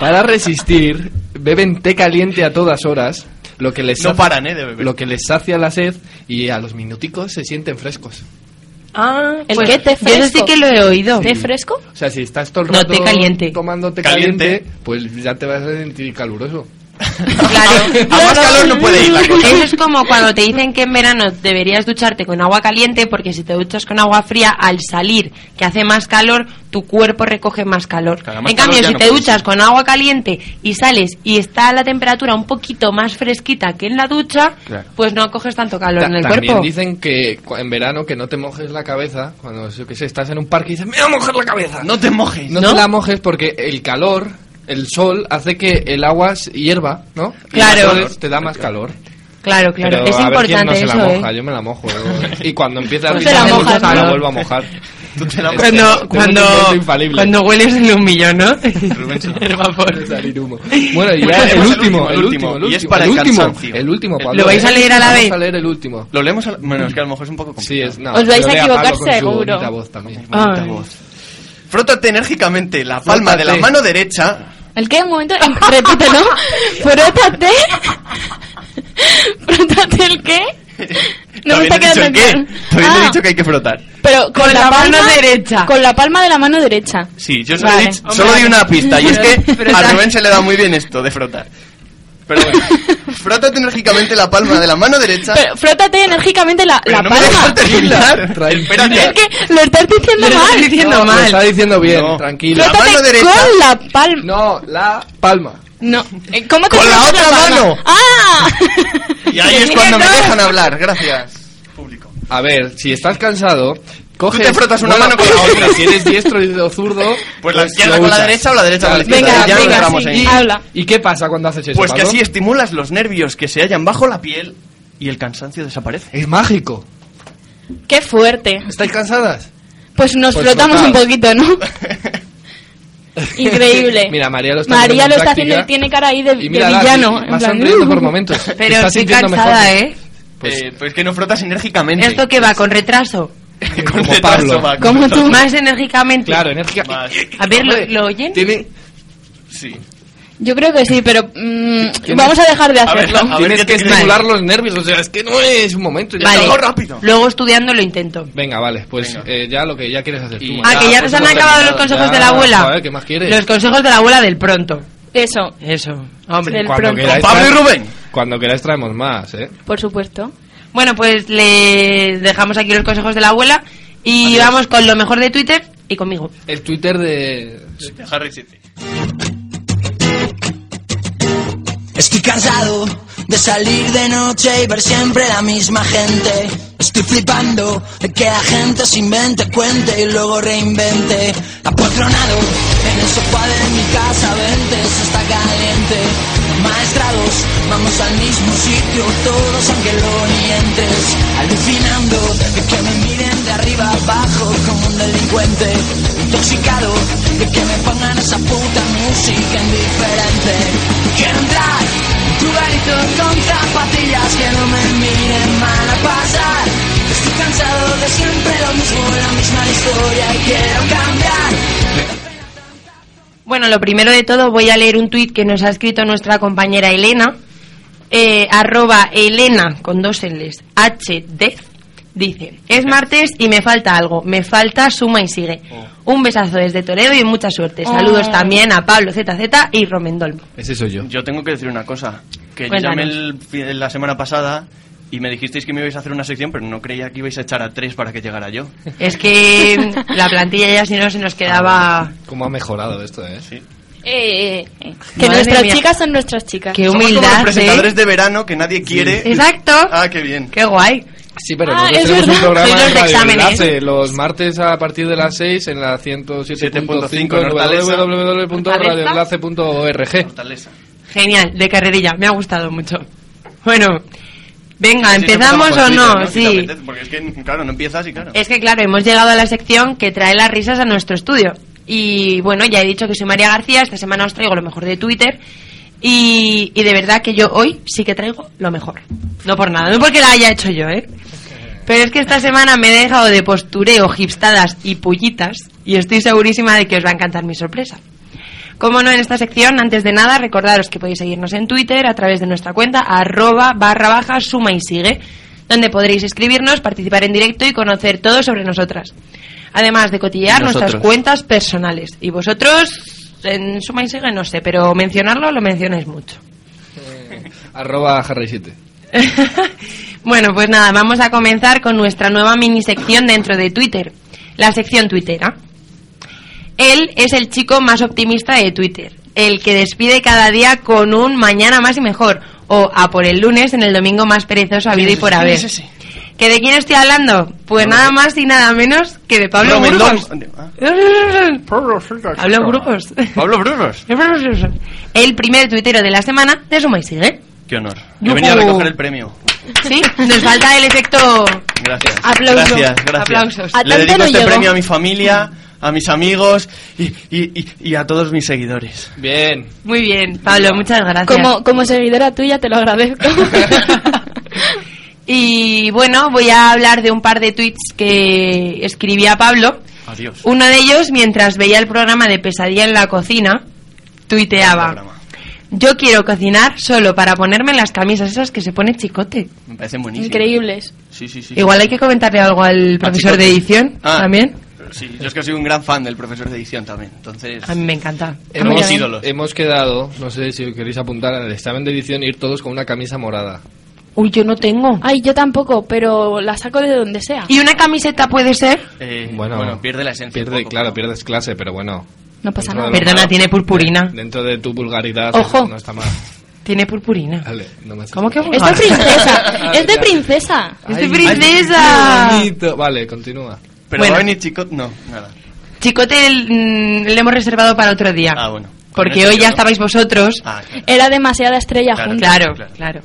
[SPEAKER 3] Para resistir, beben té caliente a todas horas, lo que les
[SPEAKER 2] No
[SPEAKER 3] sacia-
[SPEAKER 2] paran, ¿eh? De beber.
[SPEAKER 3] lo que les sacia la sed y a los minuticos se sienten frescos.
[SPEAKER 1] <laughs> Ah,
[SPEAKER 4] ¿El
[SPEAKER 1] pues
[SPEAKER 4] qué? ¿Té
[SPEAKER 1] Yo eso
[SPEAKER 4] fresco?
[SPEAKER 1] sí que lo he oído. <laughs>
[SPEAKER 4] ¿Té fresco?
[SPEAKER 3] O sea, si estás todo el
[SPEAKER 1] No,
[SPEAKER 3] rato
[SPEAKER 1] té caliente.
[SPEAKER 3] tomando té
[SPEAKER 2] Caliente.
[SPEAKER 3] caliente, pues ya te vas a sentir caluroso.
[SPEAKER 1] Claro.
[SPEAKER 2] A más calor no puede ir la cosa.
[SPEAKER 1] Eso es como cuando te dicen que en verano deberías ducharte con agua caliente porque si te duchas con agua fría al salir, que hace más calor, tu cuerpo recoge más calor.
[SPEAKER 2] Claro, más
[SPEAKER 1] en cambio,
[SPEAKER 2] calor ya
[SPEAKER 1] si
[SPEAKER 2] no
[SPEAKER 1] te
[SPEAKER 2] puede
[SPEAKER 1] duchas
[SPEAKER 2] ser.
[SPEAKER 1] con agua caliente y sales y está la temperatura un poquito más fresquita que en la ducha,
[SPEAKER 2] Claro.
[SPEAKER 1] pues no coges tanto calor
[SPEAKER 3] Ta-
[SPEAKER 1] en el
[SPEAKER 3] también
[SPEAKER 1] cuerpo.
[SPEAKER 3] dicen que cu- en verano que no te mojes la cabeza cuando yo que sé, estás en un parque y dices, "Me voy a mojar la cabeza." No,
[SPEAKER 2] No te mojes.
[SPEAKER 3] no te la mojes porque el calor, el sol hace que el agua se hierva, ¿no? Y
[SPEAKER 1] Claro.
[SPEAKER 3] entonces te da más calor.
[SPEAKER 1] Claro, claro.
[SPEAKER 3] Pero
[SPEAKER 1] es
[SPEAKER 3] a ver
[SPEAKER 1] importante
[SPEAKER 3] quién no
[SPEAKER 1] eso.
[SPEAKER 3] se la moja,
[SPEAKER 1] ¿eh?
[SPEAKER 3] yo me la mojo. Y cuando empieza a
[SPEAKER 1] Tú te
[SPEAKER 3] gritar
[SPEAKER 1] la
[SPEAKER 3] mucho,
[SPEAKER 1] mojas,
[SPEAKER 3] me la
[SPEAKER 1] ¿no?
[SPEAKER 3] vuelvo a mojar.
[SPEAKER 2] Tú te la
[SPEAKER 3] Es-
[SPEAKER 2] mojas.
[SPEAKER 3] Tengo
[SPEAKER 1] Cuando,
[SPEAKER 3] un invento
[SPEAKER 1] cuando,
[SPEAKER 3] infalible.
[SPEAKER 1] cuando hueles el humillo, ¿no?
[SPEAKER 2] Rubén Soler.
[SPEAKER 4] <laughs>
[SPEAKER 1] el vapor.
[SPEAKER 3] De salir humo. Bueno, y ya
[SPEAKER 2] Bueno,
[SPEAKER 3] el
[SPEAKER 2] pues el
[SPEAKER 3] último,
[SPEAKER 2] último,
[SPEAKER 3] el
[SPEAKER 2] el
[SPEAKER 3] último,
[SPEAKER 2] último.
[SPEAKER 3] el
[SPEAKER 2] Y
[SPEAKER 3] último.
[SPEAKER 2] es para
[SPEAKER 3] el
[SPEAKER 2] el
[SPEAKER 3] último,
[SPEAKER 2] cansancio.
[SPEAKER 3] el último, Pablo. eh,
[SPEAKER 1] ¿Lo vais a leer a la
[SPEAKER 3] Vamos
[SPEAKER 1] vez?
[SPEAKER 3] a leer el último.
[SPEAKER 2] Lo leemos a la... Bueno, es que a lo mejor es un poco
[SPEAKER 3] Sí,
[SPEAKER 2] complicado.
[SPEAKER 3] es nada.
[SPEAKER 4] Os vais
[SPEAKER 3] lo
[SPEAKER 4] a
[SPEAKER 3] lea Pablo
[SPEAKER 4] equivocar
[SPEAKER 3] con su
[SPEAKER 4] seguro.
[SPEAKER 3] bonita voz también.
[SPEAKER 2] Bonita
[SPEAKER 1] Ay.
[SPEAKER 2] voz. Frótate enérgicamente la palma
[SPEAKER 3] Frótate.
[SPEAKER 2] de la mano derecha.
[SPEAKER 4] ¿El qué? Un momento, em, repítelo. Frótate. ¿Frótate el qué? No me
[SPEAKER 2] Todavía
[SPEAKER 4] está quedando
[SPEAKER 2] he dicho el qué.
[SPEAKER 4] claro.
[SPEAKER 2] Todavía no he
[SPEAKER 4] Ah,
[SPEAKER 2] dicho que hay que frotar.
[SPEAKER 4] Pero con,
[SPEAKER 1] Con la mano derecha.
[SPEAKER 4] Con la palma de la mano derecha.
[SPEAKER 2] Sí, yo solo,
[SPEAKER 4] Vale.
[SPEAKER 2] he dicho- solo doy una pista y es
[SPEAKER 4] <laughs>
[SPEAKER 2] que
[SPEAKER 1] Frotar.
[SPEAKER 2] a Rubén se le da muy bien esto de frotar.
[SPEAKER 4] <laughs>
[SPEAKER 2] Pero bueno, frótate enérgicamente la palma de la mano derecha.
[SPEAKER 4] Pero frótate enérgicamente la,
[SPEAKER 2] Pero
[SPEAKER 4] la
[SPEAKER 2] no me
[SPEAKER 4] palma.
[SPEAKER 2] dejas terminar.
[SPEAKER 3] Tranquila.
[SPEAKER 4] Es
[SPEAKER 2] Espérate.
[SPEAKER 4] que lo estás diciendo
[SPEAKER 1] Lo estás
[SPEAKER 4] mal.
[SPEAKER 1] diciendo
[SPEAKER 3] No, Lo
[SPEAKER 1] mal.
[SPEAKER 3] está diciendo bien,
[SPEAKER 2] No.
[SPEAKER 3] tranquilo.
[SPEAKER 2] La
[SPEAKER 4] Frótate
[SPEAKER 2] mano derecha.
[SPEAKER 4] con la palma.
[SPEAKER 3] No, la palma.
[SPEAKER 4] No. eh, ¿Cómo te
[SPEAKER 2] Con la
[SPEAKER 4] frotas
[SPEAKER 2] otra
[SPEAKER 4] palma?
[SPEAKER 2] mano.
[SPEAKER 4] ¡Ah! <laughs>
[SPEAKER 2] Y ahí es
[SPEAKER 4] Mira,
[SPEAKER 2] cuando me
[SPEAKER 4] no.
[SPEAKER 2] dejan hablar. Gracias. Público.
[SPEAKER 3] A ver, si estás cansado, coges...
[SPEAKER 2] te frotas una
[SPEAKER 3] <laughs>
[SPEAKER 2] mano con la otra.
[SPEAKER 3] Si eres diestro y o zurdo...
[SPEAKER 2] Pues la izquierda
[SPEAKER 3] lo
[SPEAKER 2] con la
[SPEAKER 3] usas.
[SPEAKER 2] derecha o la derecha con la
[SPEAKER 3] Claro.
[SPEAKER 2] izquierda.
[SPEAKER 4] Venga,
[SPEAKER 2] Y ya nos
[SPEAKER 4] venga,
[SPEAKER 2] vamos
[SPEAKER 4] sí.
[SPEAKER 2] ahí.
[SPEAKER 4] Y- Habla.
[SPEAKER 3] ¿Y qué pasa cuando haces eso,
[SPEAKER 2] Pues que
[SPEAKER 3] Pablo?
[SPEAKER 2] así estimulas los nervios que se hallan bajo la piel y el cansancio desaparece.
[SPEAKER 3] Es mágico.
[SPEAKER 4] ¡Qué fuerte!
[SPEAKER 3] ¿Estáis cansadas?
[SPEAKER 4] Pues nos
[SPEAKER 3] Pues
[SPEAKER 4] flotamos
[SPEAKER 3] flotad.
[SPEAKER 4] un poquito, ¿no? Increíble.
[SPEAKER 3] Mira, María lo está haciendo
[SPEAKER 4] María lo
[SPEAKER 3] en
[SPEAKER 4] está
[SPEAKER 3] práctica.
[SPEAKER 4] haciendo y tiene cara ahí <laughs> de,
[SPEAKER 3] Y
[SPEAKER 4] de
[SPEAKER 3] mira,
[SPEAKER 4] villano. en
[SPEAKER 3] Vas
[SPEAKER 4] plan,
[SPEAKER 3] sonriendo por
[SPEAKER 4] "Uh".
[SPEAKER 3] momentos. Te
[SPEAKER 1] <laughs> Pero
[SPEAKER 3] estás
[SPEAKER 1] estoy
[SPEAKER 3] sintiendo
[SPEAKER 1] cansada,
[SPEAKER 3] mejor.
[SPEAKER 1] ¿eh?
[SPEAKER 3] Pues,
[SPEAKER 2] Eh, pues que no frotas enérgicamente. <laughs>
[SPEAKER 1] ¿Esto que va? ¿Con retraso?
[SPEAKER 2] Con
[SPEAKER 3] Como
[SPEAKER 2] retraso,
[SPEAKER 3] Pablo.
[SPEAKER 2] va, con
[SPEAKER 4] Como tú.
[SPEAKER 2] retraso.
[SPEAKER 1] Más enérgicamente.
[SPEAKER 3] claro, energía.
[SPEAKER 2] Más.
[SPEAKER 1] A ver, ¿lo,
[SPEAKER 3] Hombre,
[SPEAKER 1] lo oyen?
[SPEAKER 3] Tienen,
[SPEAKER 2] Sí.
[SPEAKER 4] Yo creo que sí, pero mm, vamos a dejar de
[SPEAKER 2] A ver,
[SPEAKER 4] hacerlo.
[SPEAKER 3] <laughs>
[SPEAKER 2] a ver,
[SPEAKER 3] tienes
[SPEAKER 2] ¿qué
[SPEAKER 3] que
[SPEAKER 2] te crees?
[SPEAKER 3] estimular los nervios. O sea, es que no es un momento. Ya
[SPEAKER 1] Vale.
[SPEAKER 2] Hazlo rápido.
[SPEAKER 1] Luego estudiando lo intento.
[SPEAKER 3] Venga, vale, pues
[SPEAKER 2] Venga.
[SPEAKER 3] eh, ya lo que ya quieres hacer tú.
[SPEAKER 2] Y-
[SPEAKER 3] María.
[SPEAKER 1] Ah,
[SPEAKER 2] Ya,
[SPEAKER 1] que ya
[SPEAKER 2] pues
[SPEAKER 1] nos han
[SPEAKER 2] hemos
[SPEAKER 1] acabado los
[SPEAKER 2] terminado,
[SPEAKER 1] consejos
[SPEAKER 3] ya,
[SPEAKER 1] de la abuela.
[SPEAKER 3] joder, ¿qué más quieres?
[SPEAKER 1] Los consejos de la abuela del pronto.
[SPEAKER 4] Eso,
[SPEAKER 1] Eso, hombre.
[SPEAKER 4] Del
[SPEAKER 3] Cuando
[SPEAKER 4] pronto.
[SPEAKER 3] queráis,
[SPEAKER 2] Pablo y
[SPEAKER 3] traemos-
[SPEAKER 2] Rubén.
[SPEAKER 3] Cuando queráis traemos más, ¿eh?
[SPEAKER 4] por supuesto.
[SPEAKER 1] Bueno, pues le dejamos aquí los consejos de la abuela y vamos con lo mejor de Twitter y conmigo.
[SPEAKER 3] El Twitter de...
[SPEAKER 2] Harry City.
[SPEAKER 7] Estoy cansado de salir de noche y ver siempre la misma gente. Estoy flipando de que la gente se invente, cuente y luego reinvente. Apotronado en el sofá de mi casa, vente, se está caliente. Maestrados, vamos al mismo sitio, todos aunque lo nientes. Alucinando de que me miren de arriba abajo como un delincuente. Intoxicado de que me pongan esa puta música indiferente. Quiero entrar en tu garito con zapatillas que no me miren mal a pasar. Estoy cansado de siempre lo mismo, la misma historia y quiero cambiar.
[SPEAKER 1] Bueno, lo primero de todo voy a leer un tuit que nos ha escrito nuestra compañera Elena, eh, arroba Elena con dos L's, HD, dice, es martes y me falta algo, me falta suma y sigue.
[SPEAKER 2] Oh.
[SPEAKER 1] Un besazo desde Toledo y mucha suerte. Saludos
[SPEAKER 4] Oh.
[SPEAKER 1] también a Pablo ZZ y Romendolmo.
[SPEAKER 3] Ese soy yo.
[SPEAKER 2] Yo tengo que decir una cosa. Que yo
[SPEAKER 1] Cuéntanos.
[SPEAKER 2] llamé el fi- la semana pasada y me dijisteis que me ibais a hacer una sección, pero no creía que ibais a echar a tres para que llegara yo.
[SPEAKER 1] Es que la plantilla ya si no se nos quedaba...
[SPEAKER 3] ¿Cómo ha mejorado esto, eh?
[SPEAKER 2] <laughs> Sí.
[SPEAKER 4] Eh, eh, eh. Que
[SPEAKER 1] Madre
[SPEAKER 4] nuestras
[SPEAKER 1] mía.
[SPEAKER 4] chicas son nuestras chicas.
[SPEAKER 1] Qué
[SPEAKER 2] Somos como los
[SPEAKER 1] humildad,
[SPEAKER 2] presentadores
[SPEAKER 1] ¿eh?
[SPEAKER 2] de verano que nadie quiere.
[SPEAKER 1] Exacto.
[SPEAKER 2] Ah, qué bien.
[SPEAKER 1] Qué guay.
[SPEAKER 3] Sí, pero
[SPEAKER 4] Ah,
[SPEAKER 3] nosotros
[SPEAKER 4] es
[SPEAKER 3] tenemos un programa
[SPEAKER 4] verdad.
[SPEAKER 1] Soy los de
[SPEAKER 3] en Radio
[SPEAKER 1] exámenes.
[SPEAKER 3] Enlace, los martes a partir de las 6 en la 107.5 en
[SPEAKER 2] Hortaleza.
[SPEAKER 3] www.radioenlace.org.
[SPEAKER 2] Fortaleza.
[SPEAKER 1] Genial, de carrerilla, me ha gustado mucho. Bueno, venga,
[SPEAKER 2] Sí, pues
[SPEAKER 1] ¿empezamos
[SPEAKER 2] con
[SPEAKER 1] o
[SPEAKER 2] Twitter,
[SPEAKER 1] no?
[SPEAKER 2] Si te
[SPEAKER 1] Sí.
[SPEAKER 2] apetece, Porque es que, claro, no empiezas y claro.
[SPEAKER 1] Es que claro, hemos llegado a la sección que trae las risas a nuestro estudio. Y bueno, ya he dicho que soy María García, esta semana os traigo lo mejor de Twitter. Y, y de verdad que yo hoy sí que traigo lo mejor. No por nada, no porque la haya hecho yo, ¿eh? Pero es que esta semana me he dejado de postureo, hipstadas y pullitas y estoy segurísima de que os va a encantar mi sorpresa. Como no en esta sección, antes de nada, recordaros que podéis seguirnos en Twitter a través de nuestra cuenta arroba barra baja suma y sigue, donde podréis escribirnos, participar en directo y conocer todo sobre nosotras. Además de cotillear
[SPEAKER 2] Y
[SPEAKER 1] nuestras
[SPEAKER 2] nosotros.
[SPEAKER 1] cuentas personales. Y vosotros, en suma y sigue, no sé, pero mencionarlo lo mencionáis mucho.
[SPEAKER 3] Arroba Harry 7.
[SPEAKER 1] <laughs> bueno, pues nada, vamos a comenzar con nuestra nueva mini sección dentro de Twitter, la sección tuitera. Él es el chico más optimista de Twitter, el que despide cada día con un mañana más y mejor, o a por el lunes en el domingo más perezoso habido y por haber. ¿Que de quién estoy hablando? Pues nada más y nada menos que de Pablo
[SPEAKER 2] Romelón.
[SPEAKER 1] Burgos. <laughs> Pablo Burgos.
[SPEAKER 2] Pablo Brunos.
[SPEAKER 1] <laughs> El primer tuitero de la semana de ¿eh? Suma y Sigue.
[SPEAKER 2] Qué honor. He
[SPEAKER 1] Yujú.
[SPEAKER 2] venido a recoger el premio.
[SPEAKER 1] Sí, nos falta el efecto
[SPEAKER 2] Gracias.
[SPEAKER 1] Aplauso.
[SPEAKER 2] Gracias, gracias.
[SPEAKER 1] Aplausos.
[SPEAKER 4] A
[SPEAKER 2] Le
[SPEAKER 4] tanto
[SPEAKER 2] dedico
[SPEAKER 4] no
[SPEAKER 2] este
[SPEAKER 4] llego.
[SPEAKER 2] premio a mi familia, a mis amigos y, y- y- y a todos mis seguidores.
[SPEAKER 3] Bien.
[SPEAKER 1] Muy bien, Pablo, muchas gracias.
[SPEAKER 4] Como, como seguidora tuya te lo agradezco.
[SPEAKER 1] <laughs>
[SPEAKER 4] <laughs>
[SPEAKER 1] Y bueno, voy a hablar de un par de tweets que escribí a Pablo.
[SPEAKER 2] Adiós.
[SPEAKER 1] Uno de ellos, mientras veía el programa de Pesadilla en la cocina, tuiteaba:
[SPEAKER 2] Programa.
[SPEAKER 1] Yo quiero cocinar solo para ponerme las camisas esas que se pone chicote.
[SPEAKER 2] Me parecen buenísimos.
[SPEAKER 4] Increíbles.
[SPEAKER 2] Sí, sí, sí.
[SPEAKER 1] Igual hay que comentarle algo al profesor de
[SPEAKER 2] Chicote.
[SPEAKER 1] edición
[SPEAKER 2] Ah,
[SPEAKER 1] también.
[SPEAKER 2] Sí, yo es que soy un gran fan del profesor de edición también. Entonces,
[SPEAKER 1] A mí me encanta.
[SPEAKER 2] Hemos-
[SPEAKER 1] ido
[SPEAKER 2] ídolos.
[SPEAKER 3] hemos quedado, no sé si queréis apuntar al examen de edición, ir todos con una camisa morada.
[SPEAKER 1] ¿eh? Uy, yo no tengo.
[SPEAKER 4] Ay, yo tampoco, pero la saco de donde sea.
[SPEAKER 1] ¿Y una camiseta puede ser?
[SPEAKER 2] eh,
[SPEAKER 3] Bueno,
[SPEAKER 2] bueno, pierde la esencia.
[SPEAKER 3] Pierde,
[SPEAKER 2] un poco,
[SPEAKER 3] claro,
[SPEAKER 2] ¿no?
[SPEAKER 3] pierdes clase, pero bueno,
[SPEAKER 4] No pasa
[SPEAKER 3] Dentro de
[SPEAKER 4] nada.
[SPEAKER 3] lo-
[SPEAKER 1] Perdona, tiene purpurina.
[SPEAKER 3] dentro de tu vulgaridad
[SPEAKER 4] Ojo.
[SPEAKER 3] no está mal.
[SPEAKER 1] Tiene purpurina.
[SPEAKER 3] Vale, no me haces-
[SPEAKER 1] ¿Cómo que
[SPEAKER 4] Es de
[SPEAKER 1] vulgar? <laughs>
[SPEAKER 4] princesa. Es de princesa.
[SPEAKER 3] Ay,
[SPEAKER 1] ¡Es de
[SPEAKER 3] ay,
[SPEAKER 1] princesa!
[SPEAKER 3] qué bonito. Vale, continúa.
[SPEAKER 2] Pero
[SPEAKER 1] Bueno.
[SPEAKER 2] va a venir chico... No, nada.
[SPEAKER 1] Chicote el- mm, le hemos reservado para otro día.
[SPEAKER 2] Ah, bueno. Con
[SPEAKER 1] Porque
[SPEAKER 2] este
[SPEAKER 1] hoy
[SPEAKER 2] yo,
[SPEAKER 1] ya
[SPEAKER 2] ¿no?
[SPEAKER 1] estabais vosotros.
[SPEAKER 2] Ah, claro.
[SPEAKER 4] Era demasiada estrella
[SPEAKER 2] Claro,
[SPEAKER 4] junta.
[SPEAKER 1] claro, claro,
[SPEAKER 2] claro.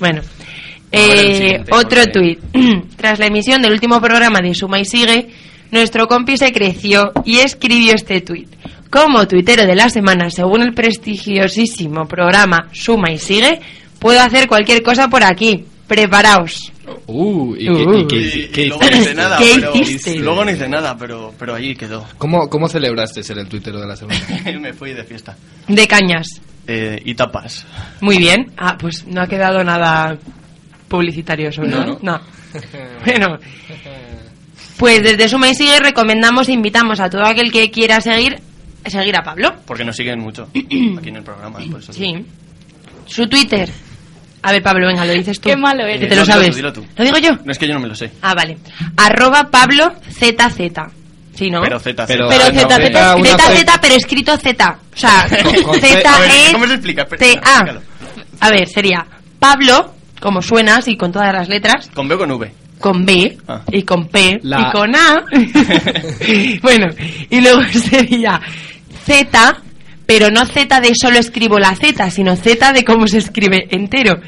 [SPEAKER 1] Bueno.
[SPEAKER 2] Ahora el
[SPEAKER 1] Eh,
[SPEAKER 2] siguiente,
[SPEAKER 1] otro
[SPEAKER 2] porque-
[SPEAKER 1] tuit. <clears throat> Tras la emisión del último programa de Suma y Sigue, nuestro compi se creció y escribió este tuit. Como tuitero de la semana, según el prestigiosísimo programa Suma y Sigue, puedo hacer cualquier cosa por aquí. Preparaos.
[SPEAKER 3] Uh, ¿y
[SPEAKER 1] Uh.
[SPEAKER 3] qué, y qué-
[SPEAKER 2] Y- y
[SPEAKER 3] qué
[SPEAKER 2] luego no hice
[SPEAKER 3] hiciste?
[SPEAKER 2] nada,
[SPEAKER 1] ¿Qué
[SPEAKER 2] pero,
[SPEAKER 1] hiciste?
[SPEAKER 2] Luego no hice nada, pero, pero ahí quedó. <laughs>
[SPEAKER 3] ¿Cómo, ¿Cómo celebraste ser el tuitero de la semana?
[SPEAKER 2] me fui de fiesta.
[SPEAKER 1] De cañas.
[SPEAKER 2] Eh, y tapas.
[SPEAKER 1] Muy bien. Ah, pues no ha quedado nada publicitario sobre
[SPEAKER 2] No,
[SPEAKER 1] no.
[SPEAKER 2] <laughs>
[SPEAKER 1] Bueno. Pues desde Suma y Sigue recomendamos e invitamos a todo aquel que quiera seguir seguir a Pablo.
[SPEAKER 2] Porque nos siguen mucho aquí en el programa. por eso
[SPEAKER 1] Sí. Su Twitter. A ver, Pablo, venga, lo dices tú.
[SPEAKER 4] Qué malo
[SPEAKER 1] Que
[SPEAKER 4] eres.
[SPEAKER 1] te lo
[SPEAKER 2] Dilo tú,
[SPEAKER 1] sabes.
[SPEAKER 2] dilo tú.
[SPEAKER 1] ¿Lo digo yo?
[SPEAKER 2] No es que yo no me lo sé.
[SPEAKER 1] Ah, vale. Arroba Pablo ZZ. Sí, ¿no?
[SPEAKER 2] Pero ZZ.
[SPEAKER 3] Pero-
[SPEAKER 4] Pero
[SPEAKER 3] Ah,
[SPEAKER 4] ZZ
[SPEAKER 3] no, venga, una
[SPEAKER 1] ZZ,
[SPEAKER 3] fe-
[SPEAKER 1] pero escrito Z. O
[SPEAKER 2] <laughs>
[SPEAKER 1] sea,
[SPEAKER 3] Con- con
[SPEAKER 1] Z,
[SPEAKER 3] Z.
[SPEAKER 2] A ver,
[SPEAKER 1] E,
[SPEAKER 2] ¿cómo se explica? Espera,
[SPEAKER 1] T, A.
[SPEAKER 2] explícalo.
[SPEAKER 1] A ver, sería Pablo, como suena, así con todas las letras,
[SPEAKER 2] Con B o con V.
[SPEAKER 1] con B
[SPEAKER 2] Ah.
[SPEAKER 1] y con P
[SPEAKER 3] La-
[SPEAKER 1] y con
[SPEAKER 2] <laughs>
[SPEAKER 1] A. bueno, y luego <laughs> sería Z, pero no Z de solo escribo la Z, sino Z de cómo se escribe entero.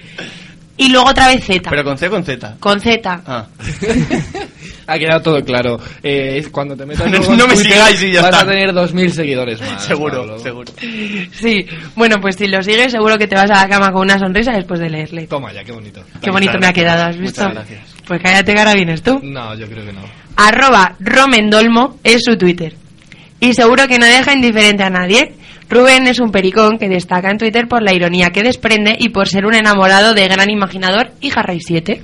[SPEAKER 1] Y luego otra vez Z,
[SPEAKER 2] Pero con C o con Z.
[SPEAKER 1] con Z.
[SPEAKER 2] Ah,
[SPEAKER 3] ha quedado todo claro. Eh, es cuando te
[SPEAKER 2] <laughs>
[SPEAKER 3] metas
[SPEAKER 2] No-
[SPEAKER 3] luego en
[SPEAKER 2] no me
[SPEAKER 3] Twitter,
[SPEAKER 2] sigáis y ya
[SPEAKER 3] vas
[SPEAKER 2] está.
[SPEAKER 3] a tener 2.000 seguidores más.
[SPEAKER 2] <laughs> seguro,
[SPEAKER 3] Pablo.
[SPEAKER 2] seguro.
[SPEAKER 1] Sí, bueno, pues si lo sigues seguro que te vas a la cama con una sonrisa después de leerle.
[SPEAKER 3] Toma ya, qué bonito.
[SPEAKER 1] Qué bonito me ha quedado, ¿has
[SPEAKER 2] Muchas
[SPEAKER 1] visto?
[SPEAKER 2] gracias.
[SPEAKER 1] Pues cállate que ahora vienes tú.
[SPEAKER 3] No, yo creo que no.
[SPEAKER 1] arroba romendolmo es su Twitter. Y seguro que no deja indiferente a nadie. Rubén es un pericón que destaca en Twitter por la ironía que desprende y por ser un enamorado de gran imaginador y Harry 7.